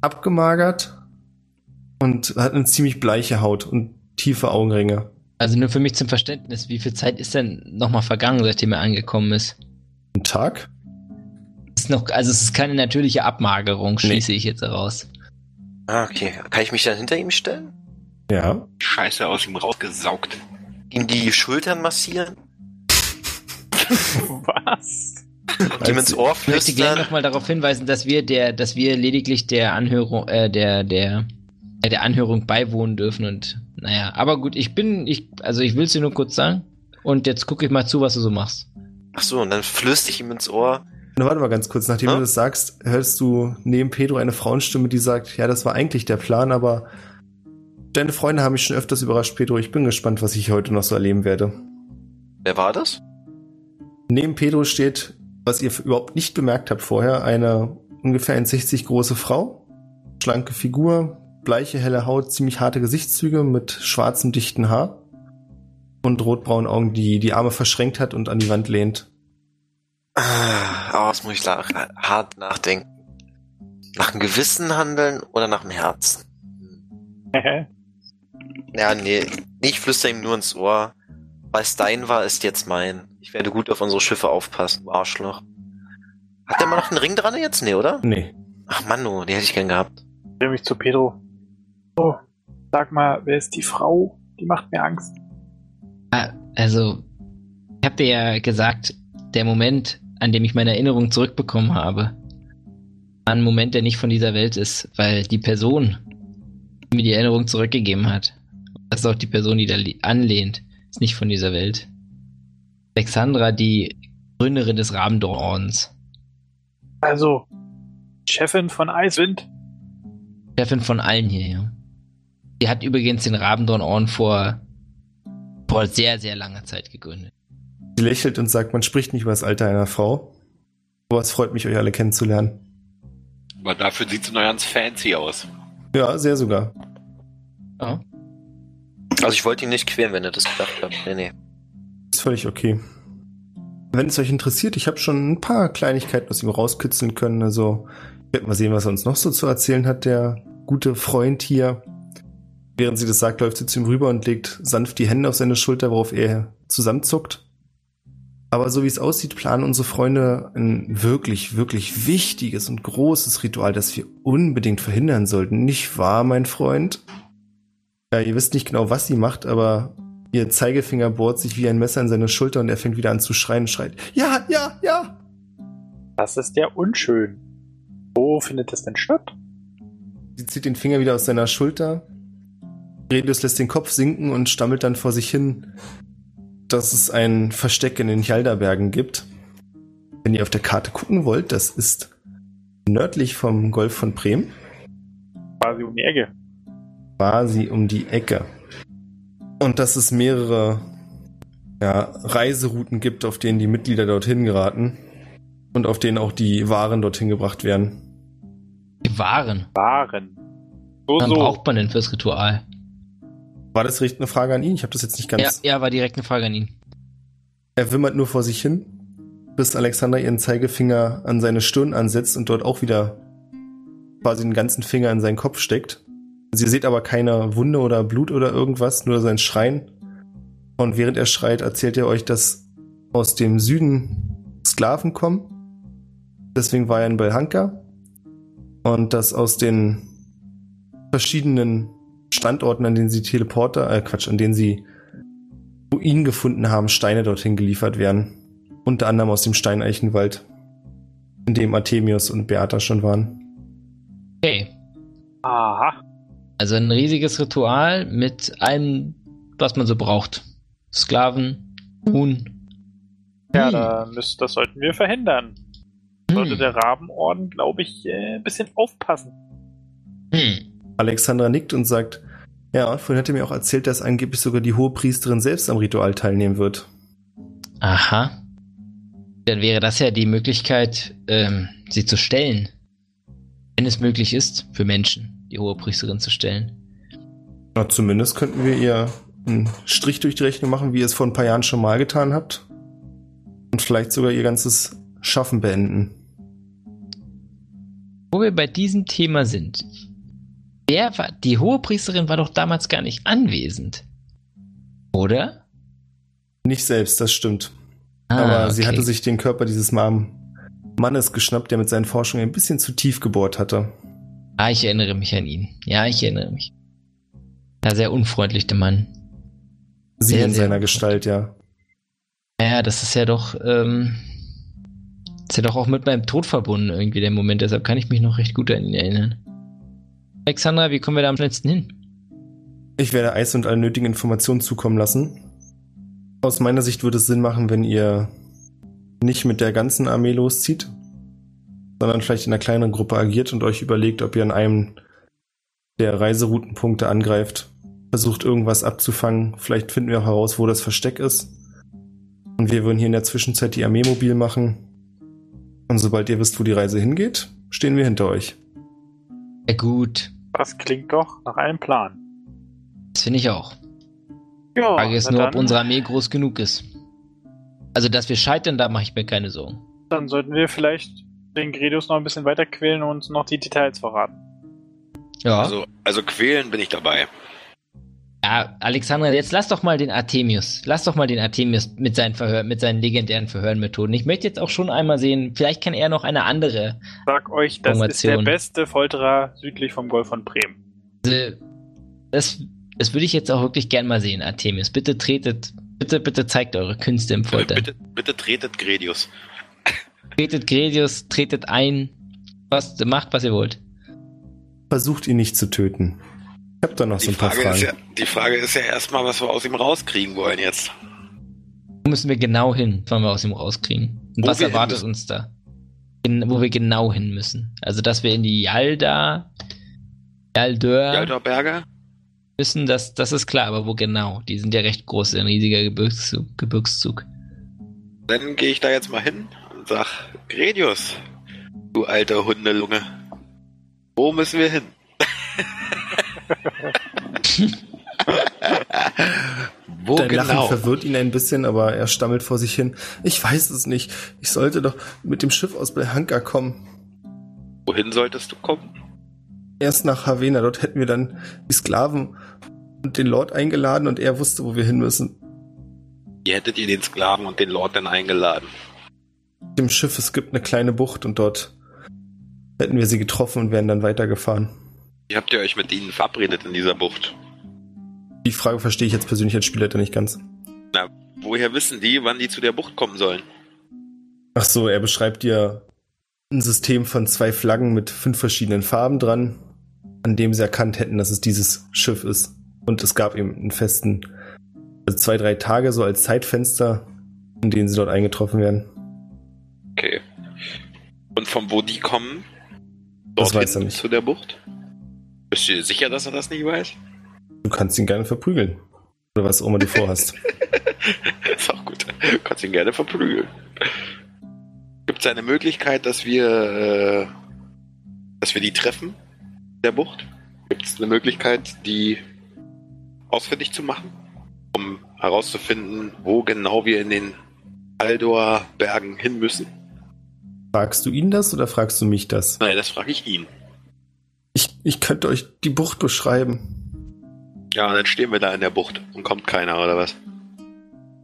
abgemagert und hat eine ziemlich bleiche Haut und tiefe Augenringe. Also nur für mich zum Verständnis, wie viel Zeit ist denn nochmal vergangen, seitdem er angekommen ist? Ein Tag? ist noch, also es ist keine natürliche Abmagerung, schließe ich jetzt heraus. Ah, okay. Kann ich mich dann hinter ihm stellen? Ja. Die Scheiße aus ihm rausgesaugt. Ihm die Schultern massieren? Was? Und ihm ins Ohr Ich möchte gerne flüstern? nochmal darauf hinweisen, dass wir der, dass wir lediglich der Anhörung, äh, der, der, äh, der Anhörung beiwohnen dürfen und naja, aber gut, ich bin, ich, also ich will es dir nur kurz sagen. Und jetzt gucke ich mal zu, was du so machst. Ach so, und dann flüstere ich ihm ins Ohr. Na, warte mal ganz kurz. Nachdem Ja? du das sagst, hörst du neben Pedro eine Frauenstimme, die sagt, ja, das war eigentlich der Plan, aber deine Freunde haben mich schon öfters überrascht, Pedro. Ich bin gespannt, was ich heute noch so erleben werde. Wer war das? Neben Pedro steht, was ihr f- überhaupt nicht bemerkt habt vorher, eine ungefähr 1,60 große Frau. Schlanke Figur, bleiche, helle Haut, ziemlich harte Gesichtszüge mit schwarzem, dichten Haar und rotbraunen Augen, die die Arme verschränkt hat und an die Wand lehnt. Ah, oh, das muss ich la- hart nachdenken. Nach dem Gewissen handeln oder nach dem Herzen? Hä? Ja, nee. Ich flüstere ihm nur ins Ohr. Was dein war, ist jetzt mein. Ich werde gut auf unsere Schiffe aufpassen, du Arschloch. Hat der mal noch einen Ring dran jetzt? Nee, oder? Nee. Ach Mann, oh, den hätte ich gern gehabt. Ich dreh mich zu Pedro. Oh, sag mal, wer ist die Frau? Die macht mir Angst. Ah, Also, ich habe dir ja gesagt, der Moment, an dem ich meine Erinnerung zurückbekommen habe, war ein Moment, der nicht von dieser Welt ist, weil die Person, die mir die Erinnerung zurückgegeben hat, das ist auch die Person, die da li- anlehnt, ist nicht von dieser Welt. Alexandra, die Gründerin des Rabendorn-Ordens, Also, Chefin von Eiswind? Chefin von allen hier, ja. Die hat übrigens den Rabendorn-Orden vor, vor sehr, sehr langer Zeit gegründet. Sie lächelt und sagt, man spricht nicht über das Alter einer Frau. Aber es freut mich, euch alle kennenzulernen. Aber dafür sieht sie noch ganz fancy aus. Ja, sehr sogar. Ja. Also ich wollte ihn nicht quälen, wenn er das gedacht hat. Nee, nee. Ist völlig okay. Wenn es euch interessiert, ich habe schon ein paar Kleinigkeiten aus ihm rauskitzeln können. Also, ich werde mal sehen, was er uns noch so zu erzählen hat, der gute Freund hier. Während sie das sagt, läuft sie zu ihm rüber und legt sanft die Hände auf seine Schulter, worauf er zusammenzuckt. Aber so wie es aussieht, planen unsere Freunde ein wirklich, wirklich wichtiges und großes Ritual, das wir unbedingt verhindern sollten. Nicht wahr, mein Freund? Ja, ihr wisst nicht genau, was sie macht, aber Ihr Zeigefinger bohrt sich wie ein Messer in seine Schulter und er fängt wieder an zu schreien und schreit. Ja, ja, ja! Das ist ja unschön. Wo findet das denn statt? Sie zieht den Finger wieder aus seiner Schulter. Redius lässt den Kopf sinken und stammelt dann vor sich hin, dass es ein Versteck in den Hjaldarbergen gibt. Wenn ihr auf der Karte gucken wollt, das ist nördlich vom Golf von Bremen, Quasi um die Ecke. quasi um die Ecke. Und dass es mehrere ja, Reiserouten gibt, auf denen die Mitglieder dorthin geraten und auf denen auch die Waren dorthin gebracht werden. Die Waren. Waren. So, Wann so. braucht man denn fürs Ritual? War das richtig eine Frage an ihn? Ich habe das jetzt nicht ganz. Ja, ja, war direkt eine Frage an ihn. Er wimmert nur vor sich hin, bis Alexander ihren Zeigefinger an seine Stirn ansetzt und dort auch wieder quasi den ganzen Finger in seinen Kopf steckt. Sie sieht aber keine Wunde oder Blut oder irgendwas, nur sein Schreien. Und während er schreit, erzählt er euch, dass aus dem Süden Sklaven kommen. Deswegen war er in Belhanka. Und dass aus den verschiedenen Standorten, an denen sie Teleporter, äh Quatsch, an denen sie Ruinen gefunden haben, Steine dorthin geliefert werden. Unter anderem aus dem Steineichenwald, in dem Artemius und Beata schon waren. Okay. Aha. Also ein riesiges Ritual mit allem, was man so braucht. Sklaven, Huhn. Ja, Hm. da müsst, das sollten wir verhindern. Sollte Hm. der Rabenorden, glaube ich, äh, ein bisschen aufpassen. Hm. Alexandra nickt und sagt, ja, vorhin hat er mir auch erzählt, dass angeblich sogar die hohe Priesterin selbst am Ritual teilnehmen wird. Aha. Dann wäre das ja die Möglichkeit, ähm, sie zu stellen. Wenn es möglich ist, für Menschen, die hohe Priesterin zu stellen. Na, zumindest könnten wir ihr einen Strich durch die Rechnung machen, wie ihr es vor ein paar Jahren schon mal getan habt. Und vielleicht sogar ihr ganzes Schaffen beenden. Wo wir bei diesem Thema sind. Wer war, die hohe Priesterin war doch damals gar nicht anwesend. Oder? Nicht selbst, das stimmt. Ah, Aber sie okay. hatte sich den Körper dieses armen Mannes geschnappt, der mit seinen Forschungen ein bisschen zu tief gebohrt hatte. Ah, ich erinnere mich an ihn. Ja, ich erinnere mich. Ja, sehr unfreundlich, der Mann. Sie Sehr, in sehr seiner gut. Gestalt, ja. Ja, das ist ja doch, ähm, ist ja doch auch mit meinem Tod verbunden irgendwie der Moment, deshalb kann ich mich noch recht gut an ihn erinnern. Alexandra, wie kommen wir da am schnellsten hin? Ich werde Eis und alle nötigen Informationen zukommen lassen. Aus meiner Sicht würde es Sinn machen, wenn ihr nicht mit der ganzen Armee loszieht, sondern vielleicht in einer kleineren Gruppe agiert und euch überlegt, ob ihr an einem der Reiseroutenpunkte angreift, versucht irgendwas abzufangen. Vielleicht finden wir auch heraus, wo das Versteck ist. Und wir würden hier in der Zwischenzeit die Armee mobil machen. Und sobald ihr wisst, wo die Reise hingeht, stehen wir hinter euch. Ja, gut. Das klingt doch nach einem Plan. Das finde ich auch. Ja, Frage ist na nur, ob dann, unsere Armee groß genug ist. Also, dass wir scheitern, da mache ich mir keine Sorgen. dann sollten wir vielleicht den Gredius noch ein bisschen weiter quälen und uns noch die Details verraten. Ja. Also, also quälen bin ich dabei. ja, Ah, Alexandra, jetzt lass doch mal den Artemius. Lass doch mal den Artemius mit seinen Verhör, mit seinen legendären Verhörenmethoden. Ich möchte jetzt auch schon einmal sehen, vielleicht kann er noch eine andere. Sag euch, das ist der Information. beste Folterer südlich vom Golf von Bremen. Diese- Das, das würde ich jetzt auch wirklich gern mal sehen, Artemius. Bitte tretet, bitte, bitte zeigt eure Künste im Also Folter. bitte, bitte tretet Gredius. Tretet Gredius, tretet ein. Was, macht, was ihr wollt. Versucht ihn nicht zu töten. Ich habe da noch so Die ein paar Frage, Fragen. ist ja, die Frage ist ja erstmal, was wir aus ihm rauskriegen wollen jetzt. Wo müssen wir genau hin, wollen wir aus ihm rauskriegen? Und Wo was wir hin erwartet müssen. uns da? In, wo wir genau hin müssen. Also, dass wir in die Yalda, Yaldör Ja. Berger? müssen, das, das ist klar, aber wo genau? Die sind ja recht groß, ein riesiger Gebirgszug. Gebirgszug. Dann gehe ich da jetzt mal hin und sag, Gredius, du alter Hundelunge, wo müssen wir hin? wo Dein Oh, Lachen genau? verwirrt ihn ein bisschen, aber er stammelt vor sich hin. Ich weiß es nicht. Ich sollte doch mit dem Schiff aus Belhanka kommen. Wohin solltest du kommen? Erst nach Havena. Dort hätten wir dann die Sklaven und den Lord eingeladen und er wusste, wo wir hin müssen. Ihr hättet ihr den Sklaven und den Lord dann eingeladen. Mit Dem Schiff, es gibt eine kleine Bucht und dort hätten wir sie getroffen und wären dann weitergefahren. Wie habt ihr euch mit ihnen verabredet in dieser Bucht? Die Frage verstehe ich jetzt persönlich als Spielleiter nicht ganz. Woher wissen die, wann die zu der Bucht kommen sollen? Ach so, er beschreibt dir ein System von zwei Flaggen mit fünf verschiedenen Farben dran, an dem sie erkannt hätten, dass es dieses Schiff ist. Und es gab eben einen festen, also zwei, drei Tage so als Zeitfenster, in denen sie dort eingetroffen werden. Okay. Und von wo die kommen? Das Dorthin weiß er nicht. Zu der Bucht? Bist du dir sicher, dass er das nicht weiß? Du kannst ihn gerne verprügeln. Oder was auch immer du vorhast. ist auch gut. Du kannst ihn gerne verprügeln. Gibt es eine Möglichkeit, dass wir, äh, dass wir die treffen? in Der Bucht? Gibt es eine Möglichkeit, die ausfindig zu machen? Um herauszufinden, wo genau wir in den Aldor Bergen hin müssen? fragst du ihn das oder fragst du mich das? Nein, das frage ich ihn. Ich, ich könnte euch die Bucht beschreiben. Ja, und dann stehen wir da in der Bucht und kommt keiner, oder was?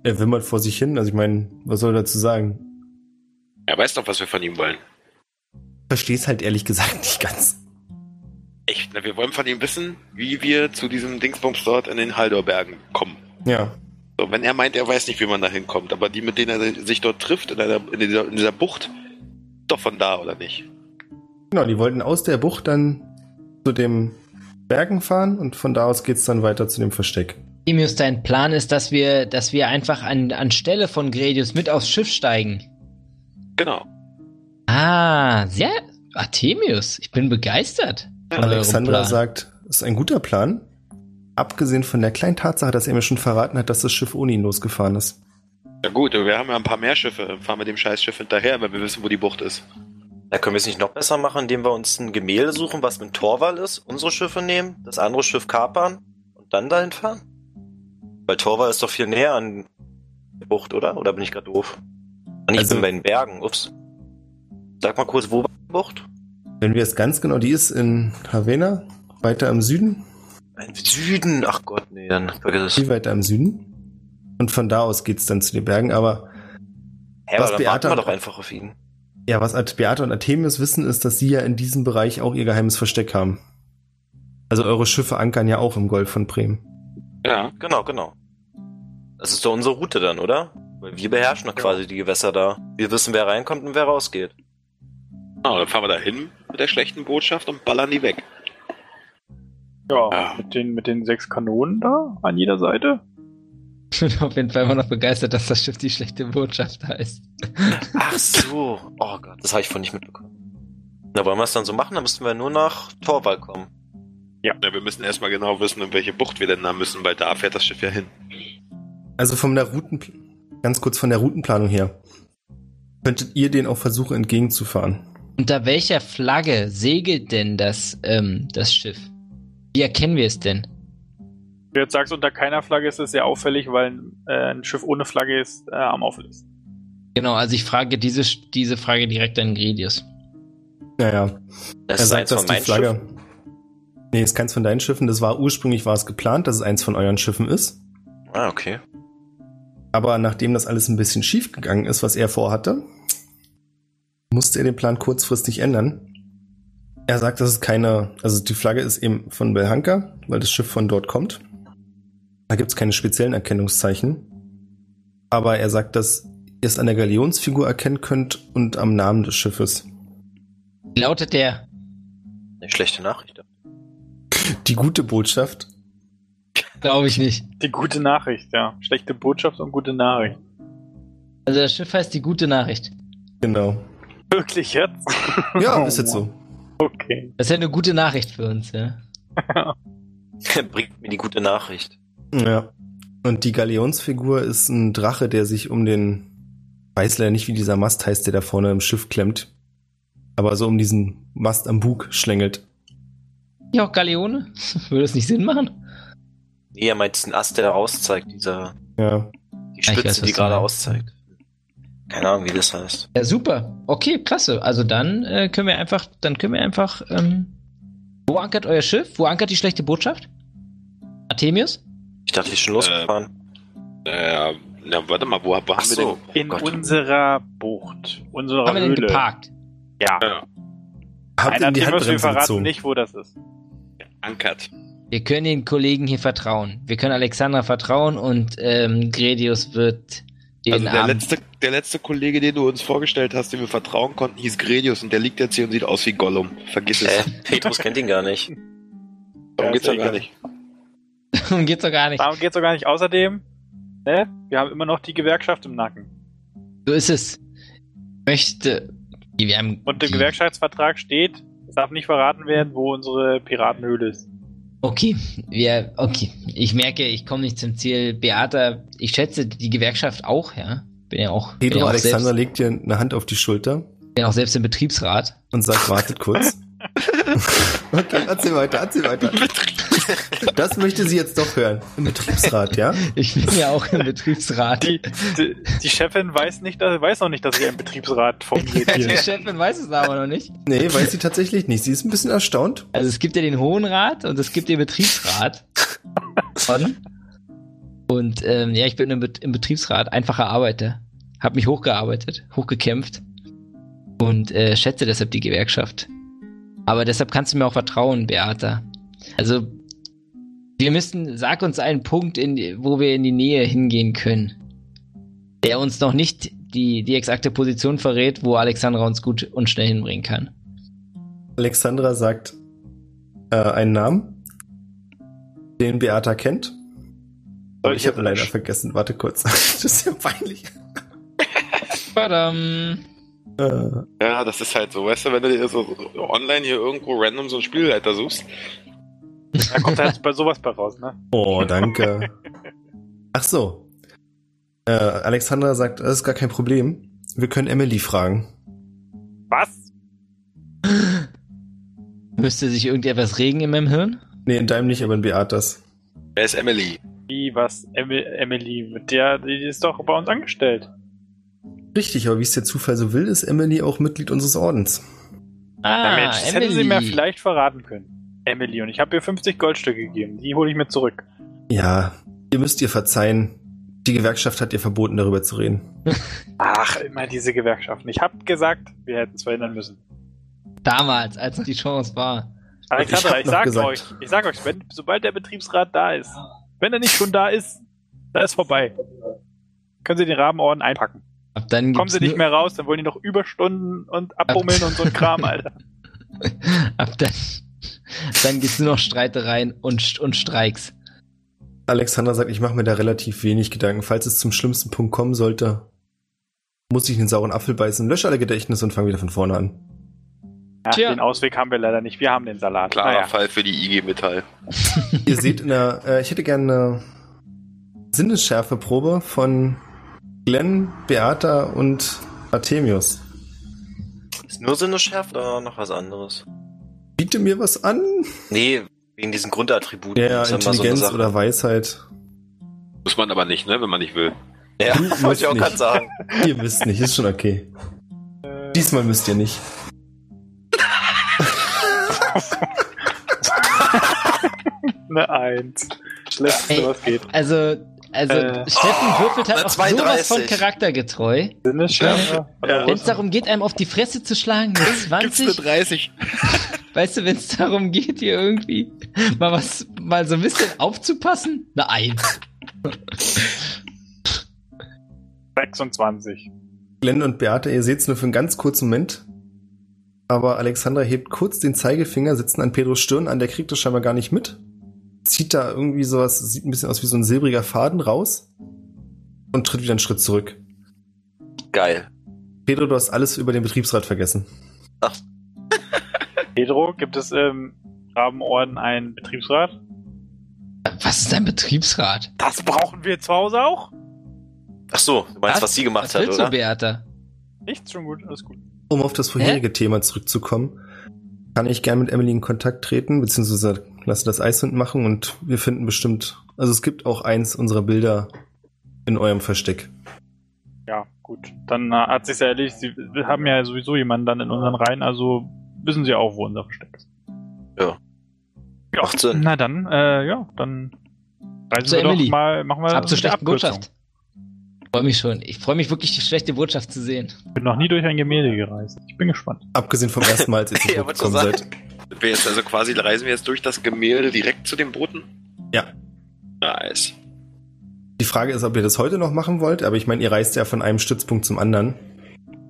Er wimmert vor sich hin, also ich meine, was soll er dazu sagen? Er weiß doch, was wir von ihm wollen. Versteh's halt ehrlich gesagt nicht ganz. Echt, ne? wir wollen von ihm wissen, wie wir zu diesem Dingsbums dort in den Haldorbergen kommen. Ja, So, wenn er meint, er weiß nicht, wie man da hinkommt, aber die, mit denen er sich dort trifft, in, einer, in, dieser, in dieser Bucht, doch von da, oder nicht? Genau, die wollten aus der Bucht dann zu dem Bergen fahren und von da aus geht's dann weiter zu dem Versteck. Emius, dein Plan ist, dass wir, dass wir einfach an, anstelle von Gredius mit aufs Schiff steigen. Genau. Ah, sehr. Artemius, ich bin begeistert. von eurem Alexandra Plan. sagt, ist ein guter Plan. Abgesehen von der kleinen Tatsache, dass er mir schon verraten hat, dass das Schiff ohne ihn losgefahren ist. Ja gut, wir haben ja ein paar mehr Schiffe. Dann Fahren wir dem Scheißschiff hinterher, wenn wir wissen, wo die Bucht ist. Da können wir es nicht noch besser machen, indem wir uns ein Gemälde suchen, was mit Torwall ist, unsere Schiffe nehmen, das andere Schiff kapern und dann dahin fahren? Weil Torwall ist doch viel näher an der Bucht, oder? Oder bin ich gerade doof? Und ich Also- bin bei den Bergen, ups. Sag mal kurz, wo war die Bucht? Wenn wir es ganz genau, die ist in Havena, weiter im Süden. Im Süden, ach Gott, nee, dann vergiss es. Viel weiter im Süden. Und von da aus geht's dann zu den Bergen. Aber Hä, Was aber dann warten Beate- wir doch einfach auf ihn. ja, was At- Beate und Artemis wissen, ist, dass sie ja in diesem Bereich auch ihr geheimes Versteck haben. Also eure Schiffe ankern ja auch im Golf von Bremen. Ja. Genau, genau. Das ist doch unsere Route dann, oder? Weil wir beherrschen doch quasi die Gewässer da. Wir wissen, wer reinkommt und wer rausgeht. Genau, dann fahren wir da hin mit der schlechten Botschaft und ballern die weg. Ja, Ja. Mit, den, mit den sechs Kanonen da an jeder Seite. Ich bin auf jeden Fall immer noch begeistert, dass das Schiff die schlechte Botschaft heißt. Ach so. Oh Gott, das habe ich vorhin nicht mitbekommen. Na, wollen wir es dann so machen? Dann müssten wir nur nach Torwall kommen. Ja, wir müssen erstmal genau wissen, in welche Bucht wir denn da müssen, weil da fährt das Schiff ja hin. Also von der Routen, ganz kurz von der Routenplanung her. Könntet ihr den auch versuchen entgegenzufahren? Unter welcher Flagge segelt denn das, ähm, das Schiff? Wie erkennen wir es denn? Wenn du jetzt sagst, unter keiner Flagge ist es sehr auffällig, weil äh, ein Schiff ohne Flagge ist äh, am Auffälligsten. Genau, also ich frage diese, diese Frage direkt an Gredius. Naja, Das er ist sagt, eins dass von die meinen Flagge. Schiffen. Nee, ist keins von deinen Schiffen. Das war ursprünglich war es geplant, dass es eins von euren Schiffen ist. Ah, okay. Aber nachdem das alles ein bisschen schief gegangen ist, was er vorhatte, musste er den Plan kurzfristig ändern. Er sagt, dass es keine, also die Flagge ist eben von Belhanka, weil das Schiff von dort kommt. Da gibt es keine speziellen Erkennungszeichen. Aber er sagt, dass ihr es an der Galionsfigur erkennen könnt und am Namen des Schiffes. Wie lautet der? Eine schlechte Nachricht. Die gute Botschaft Glaube ich nicht. Die gute Nachricht, ja. Schlechte Botschaft und gute Nachricht. Also das Schiff heißt die gute Nachricht. Genau. Wirklich jetzt? Ja, ist jetzt so. Okay. Das ist ja eine gute Nachricht für uns, ja. Bringt mir die gute Nachricht. Ja. Und die Galeonsfigur ist ein Drache, der sich um den, weiß leider nicht, wie dieser Mast heißt, der da vorne im Schiff klemmt, aber so um diesen Mast am Bug schlängelt. Ja, auch Galeone? Würde das nicht Sinn machen? Nee, er meint diesen Ast, der rauszeigt, dieser, Ja. die ich Spitze, weiß, was die du gerade meinst. auszeigt. Keine Ahnung, wie das heißt. Ja, super. Okay, klasse. Also dann äh, können wir einfach, dann können wir einfach, ähm, wo ankert euer Schiff? Wo ankert die schlechte Botschaft? Artemius? Ich dachte, ich bin schon losgefahren. Äh, na, warte mal, wo, wo haben wir denn? In Gott. unserer Bucht. Unserer Haben wir denn Höhle. geparkt? Ja. Ja, Habt ihr Einer in die Team wir Handbremse verraten gezogen? nicht, wo das ist. ankert. Wir können den Kollegen hier vertrauen. Wir können Alexandra vertrauen und ähm, Gredius wird den Also der Abend. letzte, der letzte Kollege, den du uns vorgestellt hast, dem wir vertrauen konnten, hieß Gredius und der liegt jetzt hier und sieht aus wie Gollum. Vergiss es. Äh, Petrus kennt ihn gar nicht. ja, Darum geht's ist doch ja gar egal. nicht. Darum geht's doch gar nicht. Darum geht's doch gar nicht. Außerdem, ne, wir haben immer noch die Gewerkschaft im Nacken. So ist es. Ich möchte. Wir haben Und im die- Gewerkschaftsvertrag steht, es darf nicht verraten werden, wo unsere Piratenhöhle ist. Okay, wir, okay. Ich merke, ich komme nicht zum Ziel. Beata, ich schätze die Gewerkschaft auch, ja. Bin ja auch, bin Pedro ja auch, Alexander selbst, legt dir eine Hand auf die Schulter bin auch selbst im Betriebsrat. und sagt, wartet kurz. okay, erzähl weiter, erzähl weiter. Das möchte sie jetzt doch hören. Im Betriebsrat, ja? Ich bin ja auch im Betriebsrat. Die, die, die Chefin weiß, nicht, dass, weiß noch nicht, dass hier ein Betriebsrat formuliert Die wird. Chefin weiß es aber noch nicht. Nee, weiß sie tatsächlich nicht. Sie ist ein bisschen erstaunt. Also es gibt ja den Hohen Rat und es gibt den Betriebsrat. Und, und ähm, ja, ich bin im, Bet- im Betriebsrat einfacher Arbeiter. Hab mich hochgearbeitet, hochgekämpft und äh, schätze deshalb die Gewerkschaft. Aber deshalb kannst du mir auch vertrauen, Beata. Also wir müssen, sag uns einen Punkt, in, die- wo wir in die Nähe hingehen können, der uns noch nicht die, die exakte Position verrät, wo Alexandra uns gut und schnell hinbringen kann. Alexandra sagt äh, einen Namen, den Beata kennt. Soll ich ich habe leider vergessen. Warte kurz. das ist ja peinlich. Badam. Äh, Ja, das ist halt so. Weißt du, wenn du dir so so online hier irgendwo random so einen Spielleiter suchst, Da kommt halt bei sowas bei raus, ne? oh, danke. Ach so. Äh, Alexandra sagt, das ist gar kein Problem. Wir können Emily fragen. Was? Müsste sich irgendetwas regen in meinem Hirn? Nee, in deinem nicht, aber in Beatas. wer ist Emily? Wie, was? Em Emily, mit der, die ist doch bei uns angestellt. Richtig, aber wie es der Zufall so will, ist Emily auch Mitglied unseres Ordens. Ah, Na Mensch, das hätten sie mir vielleicht verraten können. Emily, und ich habe ihr 50 Goldstücke gegeben. Die hole ich mir zurück. Ja, ihr müsst ihr verzeihen. Die Gewerkschaft hat ihr verboten, darüber zu reden. Ach, immer diese Gewerkschaften. Ich hab gesagt, wir hätten es verhindern müssen. Damals, als noch die Chance war. Alexandra, hab ich, noch sag gesagt. euch, ich sag euch, wenn, sobald der Betriebsrat da ist, wenn er nicht schon da ist, da ist vorbei. Können Sie den Rahmenorden einpacken. Ab dann Kommen gibt's ne- Sie nicht nur- mehr raus, dann wollen die noch Überstunden und abbummeln und so ein Kram, Alter. Ab dann, dann gibt's nur noch Streitereien und, und Streiks. Alexander sagt, ich mache mir da relativ wenig Gedanken. Falls es zum schlimmsten Punkt kommen sollte, muss ich einen sauren Apfel beißen, lösche alle Gedächtnisse und fange wieder von vorne an. Ja, Tja. den Ausweg haben wir leider nicht. Wir haben den Salat. Klarer Naja. Fall für die IG Metall. Ihr seht in der, äh, ich hätte gerne eine Sinnesschärfeprobe von Glenn, Beata und Artemius. Ist nur Sinnesschärfe oder noch was anderes? Biete mir was an? Nee, wegen diesen Grundattributen. Ja, ja ist immer so eine Intelligenz Sache. oder Weisheit. Muss man aber nicht, ne, wenn man nicht will. Ja, Du musst wollte ich auch nicht. gerade sagen. Ihr wisst nicht, ist schon okay. Diesmal müsst ihr nicht. Eine Eins. Schlechteste, Ey. was geht. Also, also Äh. Steffen würfelt halt eine auch sowas von 32. charaktergetreu. Sinnesschärfe? Ja. Wenn es darum geht, einem auf die Fresse zu schlagen, mit 20, 30? weißt du, wenn es darum geht, hier irgendwie mal was, mal so ein bisschen aufzupassen, eine Eins. 26. Glenn und Beate, ihr seht es nur für einen ganz kurzen Moment. Aber Alexandra hebt kurz den Zeigefinger, sitzt an Pedros Stirn an, der kriegt das scheinbar gar nicht mit. Zieht da irgendwie sowas, sieht ein bisschen aus wie so ein silbriger Faden raus und tritt wieder einen Schritt zurück. Geil. Pedro, du hast alles über den Betriebsrat vergessen. Pedro, gibt es im Rabenorden einen Betriebsrat? Was ist ein Betriebsrat? Das brauchen wir zu Hause auch? Ach so, du meinst, was sie gemacht was halt, hat, willst du, oder? Beata? Nichts, schon gut, alles gut. Um auf das vorherige Thema zurückzukommen, kann ich gern mit Emily in Kontakt treten, beziehungsweise lasse das Eishund machen und wir finden bestimmt, also es gibt auch eins unserer Bilder in eurem Versteck. Ja, gut. Dann äh, hat sich's ja erledigt. Sie wir haben ja sowieso jemanden dann in unseren Reihen, also wissen sie auch, wo unser Versteck ist. Ja. Ja, Macht Sinn. na dann, äh, ja, dann reisen Zu wir Emily. doch mal, machen wir Ab zur eine schlechten Abkürzung. Botschaft. Freue mich schon. Ich freue mich wirklich, die schlechte Botschaft zu sehen. Ich bin noch nie durch ein Gemälde gereist. Ich bin gespannt. Abgesehen vom ersten Mal, als ihr Ja, wollte schon zurückgekommen seid. Wir jetzt also quasi reisen wir jetzt durch das Gemälde direkt zu den Booten? Ja. Nice. Die Frage ist, ob ihr das heute noch machen wollt, aber ich meine, ihr reist ja von einem Stützpunkt zum anderen.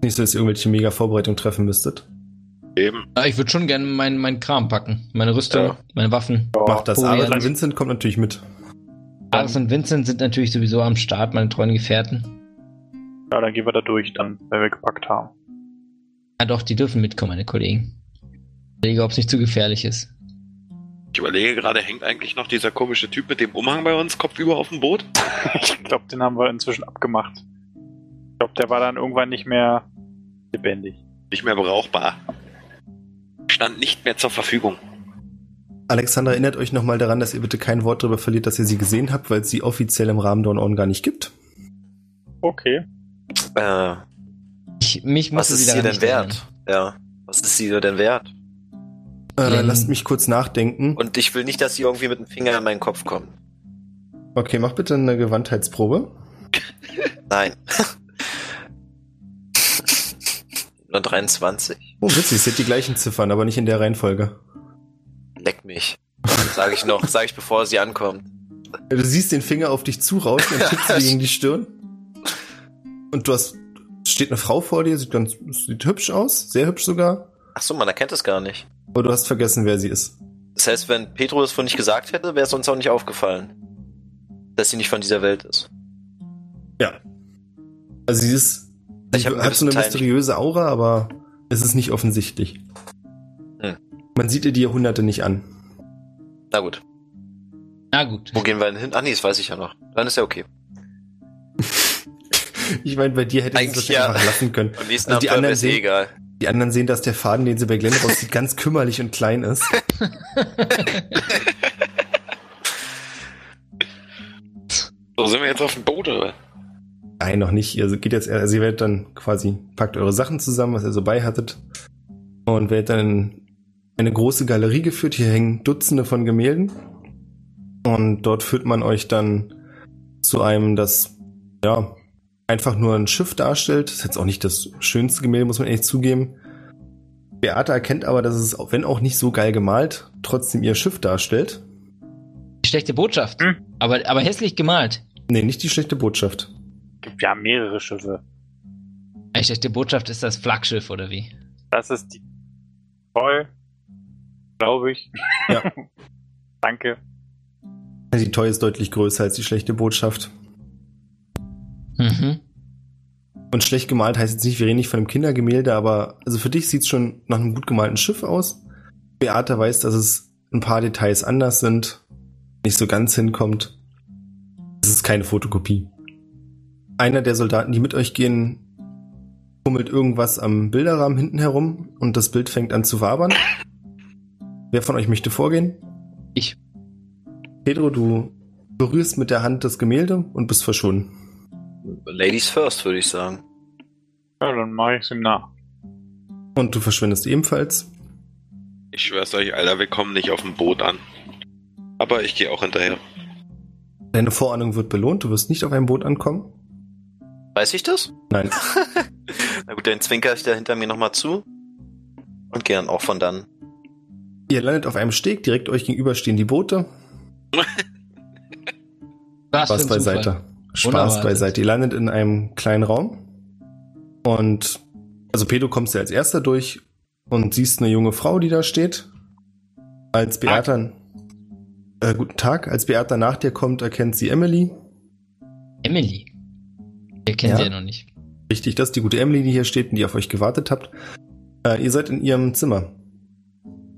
Nicht so, dass ihr irgendwelche mega Vorbereitungen treffen müsstet. Eben. Ja, ich würde schon gerne meinen meinen Kram packen. Meine Rüstung, Ja. meine Waffen. Macht das, oh, aber ja. Vincent kommt natürlich mit. Ares und Vincent sind natürlich sowieso am Start, meine treuen Gefährten. Ja, dann gehen wir da durch, dann, wenn wir gepackt haben. Ja doch, die dürfen mitkommen, meine Kollegen. Ich überlege, ob es nicht zu gefährlich ist. Ich überlege gerade, hängt eigentlich noch dieser komische Typ mit dem Umhang bei uns kopfüber auf dem Boot? Ich glaube, den haben wir inzwischen abgemacht. Ich glaube, der war dann irgendwann nicht mehr lebendig. Nicht mehr brauchbar. Stand nicht mehr zur Verfügung. Alexandra, erinnert euch nochmal daran, dass ihr bitte kein Wort darüber verliert, dass ihr sie gesehen habt, weil es sie offiziell im Rahmen Dorn gar nicht gibt. Okay. Äh, Ich, mich was musste ist sie sie daran denn nicht wert? Ja. Was ist sie denn wert? Äh, Ähm. lasst mich kurz nachdenken. Und ich will nicht, dass sie irgendwie mit dem Finger in meinen Kopf kommt. Okay, mach bitte eine Gewandtheitsprobe. Nein. Nur 23. Oh, witzig, es sind die gleichen Ziffern, aber nicht in der Reihenfolge. Leck mich. Sage ich noch, sage ich bevor sie ankommt. Äh, Du siehst den Finger auf dich zurauschen und tippst sie gegen die Stirn. Und du hast, es steht eine Frau vor dir, sieht ganz, sieht hübsch aus, sehr hübsch sogar. Ach so, man erkennt es gar nicht. Aber du hast vergessen, wer sie ist. Das heißt, wenn Pedro es von nicht gesagt hätte, wäre es uns auch nicht aufgefallen, dass sie nicht von dieser Welt ist. Also sie ist, Ich ich hab einen hat so eine gewissen Teil mysteriöse Aura, aber es ist nicht offensichtlich. Hm. Man sieht ihr die Jahrhunderte nicht an. Na gut, Werden. Na gut. wo gehen wir denn hin? Ah nee, das weiß ich ja noch. Dann ist ja okay. Ich meine, bei dir hätte ich es Eigentlich wahrscheinlich ja. einfach lassen können. Am nächsten Also die Abend anderen wäre es eh sehen- egal. Die anderen sehen, dass der Faden, den sie bei Glenn rauszieht, ganz kümmerlich und klein ist. So sind wir jetzt auf dem Boot, oder? Nein, noch nicht. Ihr geht jetzt, also ihr werdet dann quasi, packt eure Sachen zusammen, was ihr so bei hattet. Und werdet dann in eine große Galerie geführt. Hier hängen Dutzende von Gemälden. Und dort führt man euch dann zu einem das ja, einfach nur ein Schiff darstellt. Ist jetzt auch nicht das schönste Gemälde, muss man ehrlich zugeben. Beate erkennt aber, dass es, wenn auch nicht so geil gemalt, trotzdem ihr Schiff darstellt. Schlechte Botschaft. Hm. Aber, aber hässlich gemalt. Nee, nicht die schlechte Botschaft. Gibt ja mehrere Schiffe. Eine schlechte Botschaft ist das Flaggschiff, oder wie? Das ist die. Toll. Glaube ich. Ja. Danke. Also Die Toy ist deutlich größer als die schlechte Botschaft. Mhm. Und schlecht gemalt heißt jetzt nicht, wir reden nicht von einem Kindergemälde, aber also für dich sieht es schon nach einem gut gemalten Schiff aus. Beate weiß, dass es ein paar Details anders sind, nicht so ganz hinkommt. Es ist keine Fotokopie. Einer der Soldaten, die mit euch gehen, fummelt irgendwas am Bilderrahmen hinten herum und das Bild fängt an zu wabern. Wer von euch möchte vorgehen? Ich. Pedro, du berührst mit der Hand das Gemälde und bist verschwunden. Ladies first, würde ich sagen. Ja, dann mache ich es ihm nach. Und du verschwindest ebenfalls. Ich schwör's euch, Alter, wir kommen nicht auf dem Boot an. Aber ich gehe auch hinterher. Deine Vorahnung wird belohnt, du wirst nicht auf ein Boot ankommen. Weiß ich das? Nein. Na gut, dann zwinker ich da hinter mir nochmal zu. Und geh dann auch von dann. Ihr landet auf einem Steg, direkt euch gegenüber stehen die Boote. Was Spaß für ein Zufall. beiseite. Spaß Unerwartet. beiseite. Ihr landet in einem kleinen Raum. Und also Pedro kommst du als erster durch und siehst eine junge Frau, die da steht. Als Beata. Äh, guten Tag. Als Beata nach dir kommt, erkennt sie Emily. Emily. Wir kennen sie Ja. ja noch nicht. Richtig, das ist die gute Emily, die hier steht und die auf euch gewartet habt. Äh, ihr seid in ihrem Zimmer.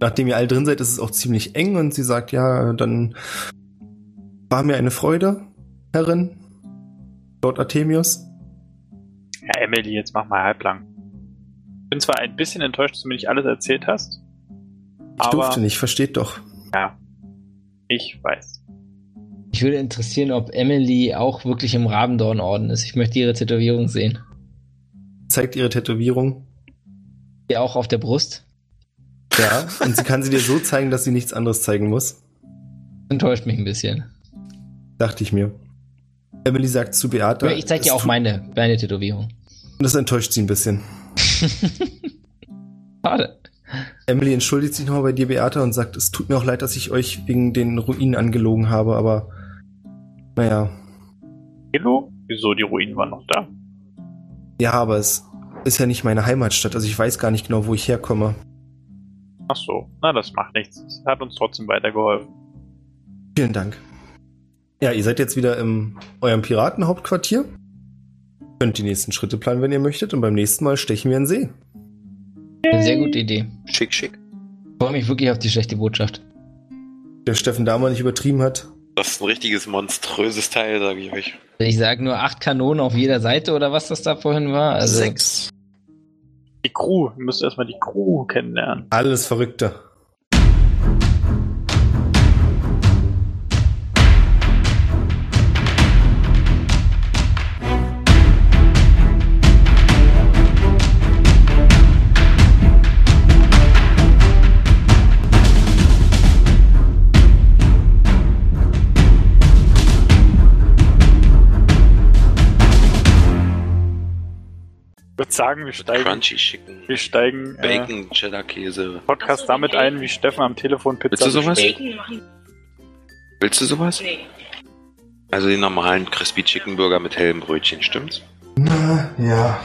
Nachdem ihr alle drin seid, ist es auch ziemlich eng und sie sagt, ja, dann war mir eine Freude, Herrin, Lord Artemius. Ja, Emily, jetzt mach mal halblang. Bin zwar ein bisschen enttäuscht, dass du mir nicht alles erzählt hast. Ich aber durfte nicht, versteht doch. Ich weiß. Ich würde interessieren, ob Emily auch wirklich im Rabendornorden ist. Ich möchte ihre Tätowierung sehen. Zeigt ihre Tätowierung. Die auch auf der Brust. Ja, und sie kann sie dir so zeigen, dass sie nichts anderes zeigen muss. Enttäuscht mich ein bisschen. Dachte ich mir. Emily sagt zu Beata. ich zeige es dir auch tut- meine, meine Tätowierung. Das enttäuscht sie ein bisschen. Schade. Emily entschuldigt sich nochmal bei dir, Beata, und sagt, es tut mir auch leid, dass ich euch wegen den Ruinen angelogen habe, aber naja. Hello? Wieso? Die Ruinen waren noch da. Ja, aber es ist ja nicht meine Heimatstadt, also ich weiß gar nicht genau, wo ich herkomme. Ach so. Na, das macht nichts. Es hat uns trotzdem weitergeholfen. Vielen Dank. Ja, ihr seid jetzt wieder im eurem Piratenhauptquartier. Könnt die nächsten Schritte planen, wenn ihr möchtet, und beim nächsten Mal stechen wir in den See. Eine sehr gute Idee. Schick, schick. Ich freue mich wirklich auf die schlechte Botschaft. Der Steffen Dahmer nicht übertrieben hat. Das ist ein richtiges monströses Teil, sage ich euch. Ich sage nur acht Kanonen auf jeder Seite oder was das da vorhin war. Also, Sechs. Die Crew. Wir müssen erstmal die Crew kennenlernen. Alles Verrückte. Ich würde sagen, wir steigen, Crunchy Chicken. wir steigen äh, Bacon, Cheddar Käse. Podcast damit ein, wie Steffen am Telefon Pizza Willst du sowas? bestellt. Bacon machen? Willst du sowas? Nee. Also den normalen Crispy Chicken Burger mit hellem Brötchen, stimmt's? Na, ja.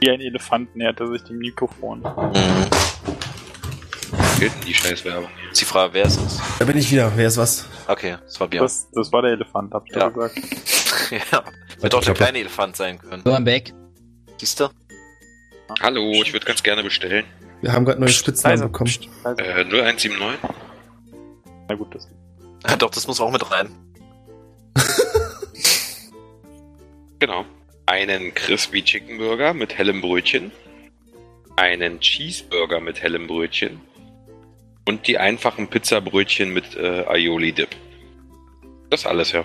Wie ein Elefant näherte sich dem Mikrofon. Mhm. Gilt denn die Scheißwerbung? Ist die Frage, wer es ist. Da bin ich wieder. Wer ist was? Okay, das war Björn. Das, das war der Elefant, hab ich Ja. ja. gesagt. ja. Hätte auch der kleine Elefant sein können. so am Back. Siehst du? Hallo, ich würde ganz gerne bestellen. Wir haben gerade neue Spitznamen leise. bekommen. Also, Äh, 0179? na gut, das Ja, doch, das muss auch mit rein. Genau. Einen Crispy Chicken Burger mit hellem Brötchen. Einen Cheeseburger mit hellem Brötchen. Und die einfachen Pizzabrötchen mit äh, Aioli Dip. Das alles, ja.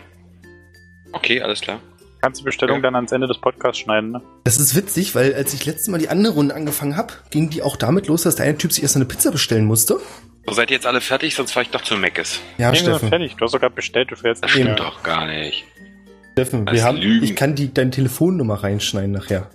Okay, alles klar. Kannst die Bestellung dann ans Ende des Podcasts schneiden, ne? Das ist witzig, weil als ich letztes Mal die andere Runde angefangen habe, ging die auch damit los, dass der eine Typ sich erst eine Pizza bestellen musste. So, seid ihr jetzt alle fertig, sonst fahre ich doch zu Meckes. Ja, Nee, wir sind Steffen. fertig. Du hast sogar bestellt, du fährst Das jetzt stimmt nicht mehr. doch gar nicht. Steffen, Alles wir haben, Lügen. ich kann die, deine Telefonnummer reinschneiden nachher.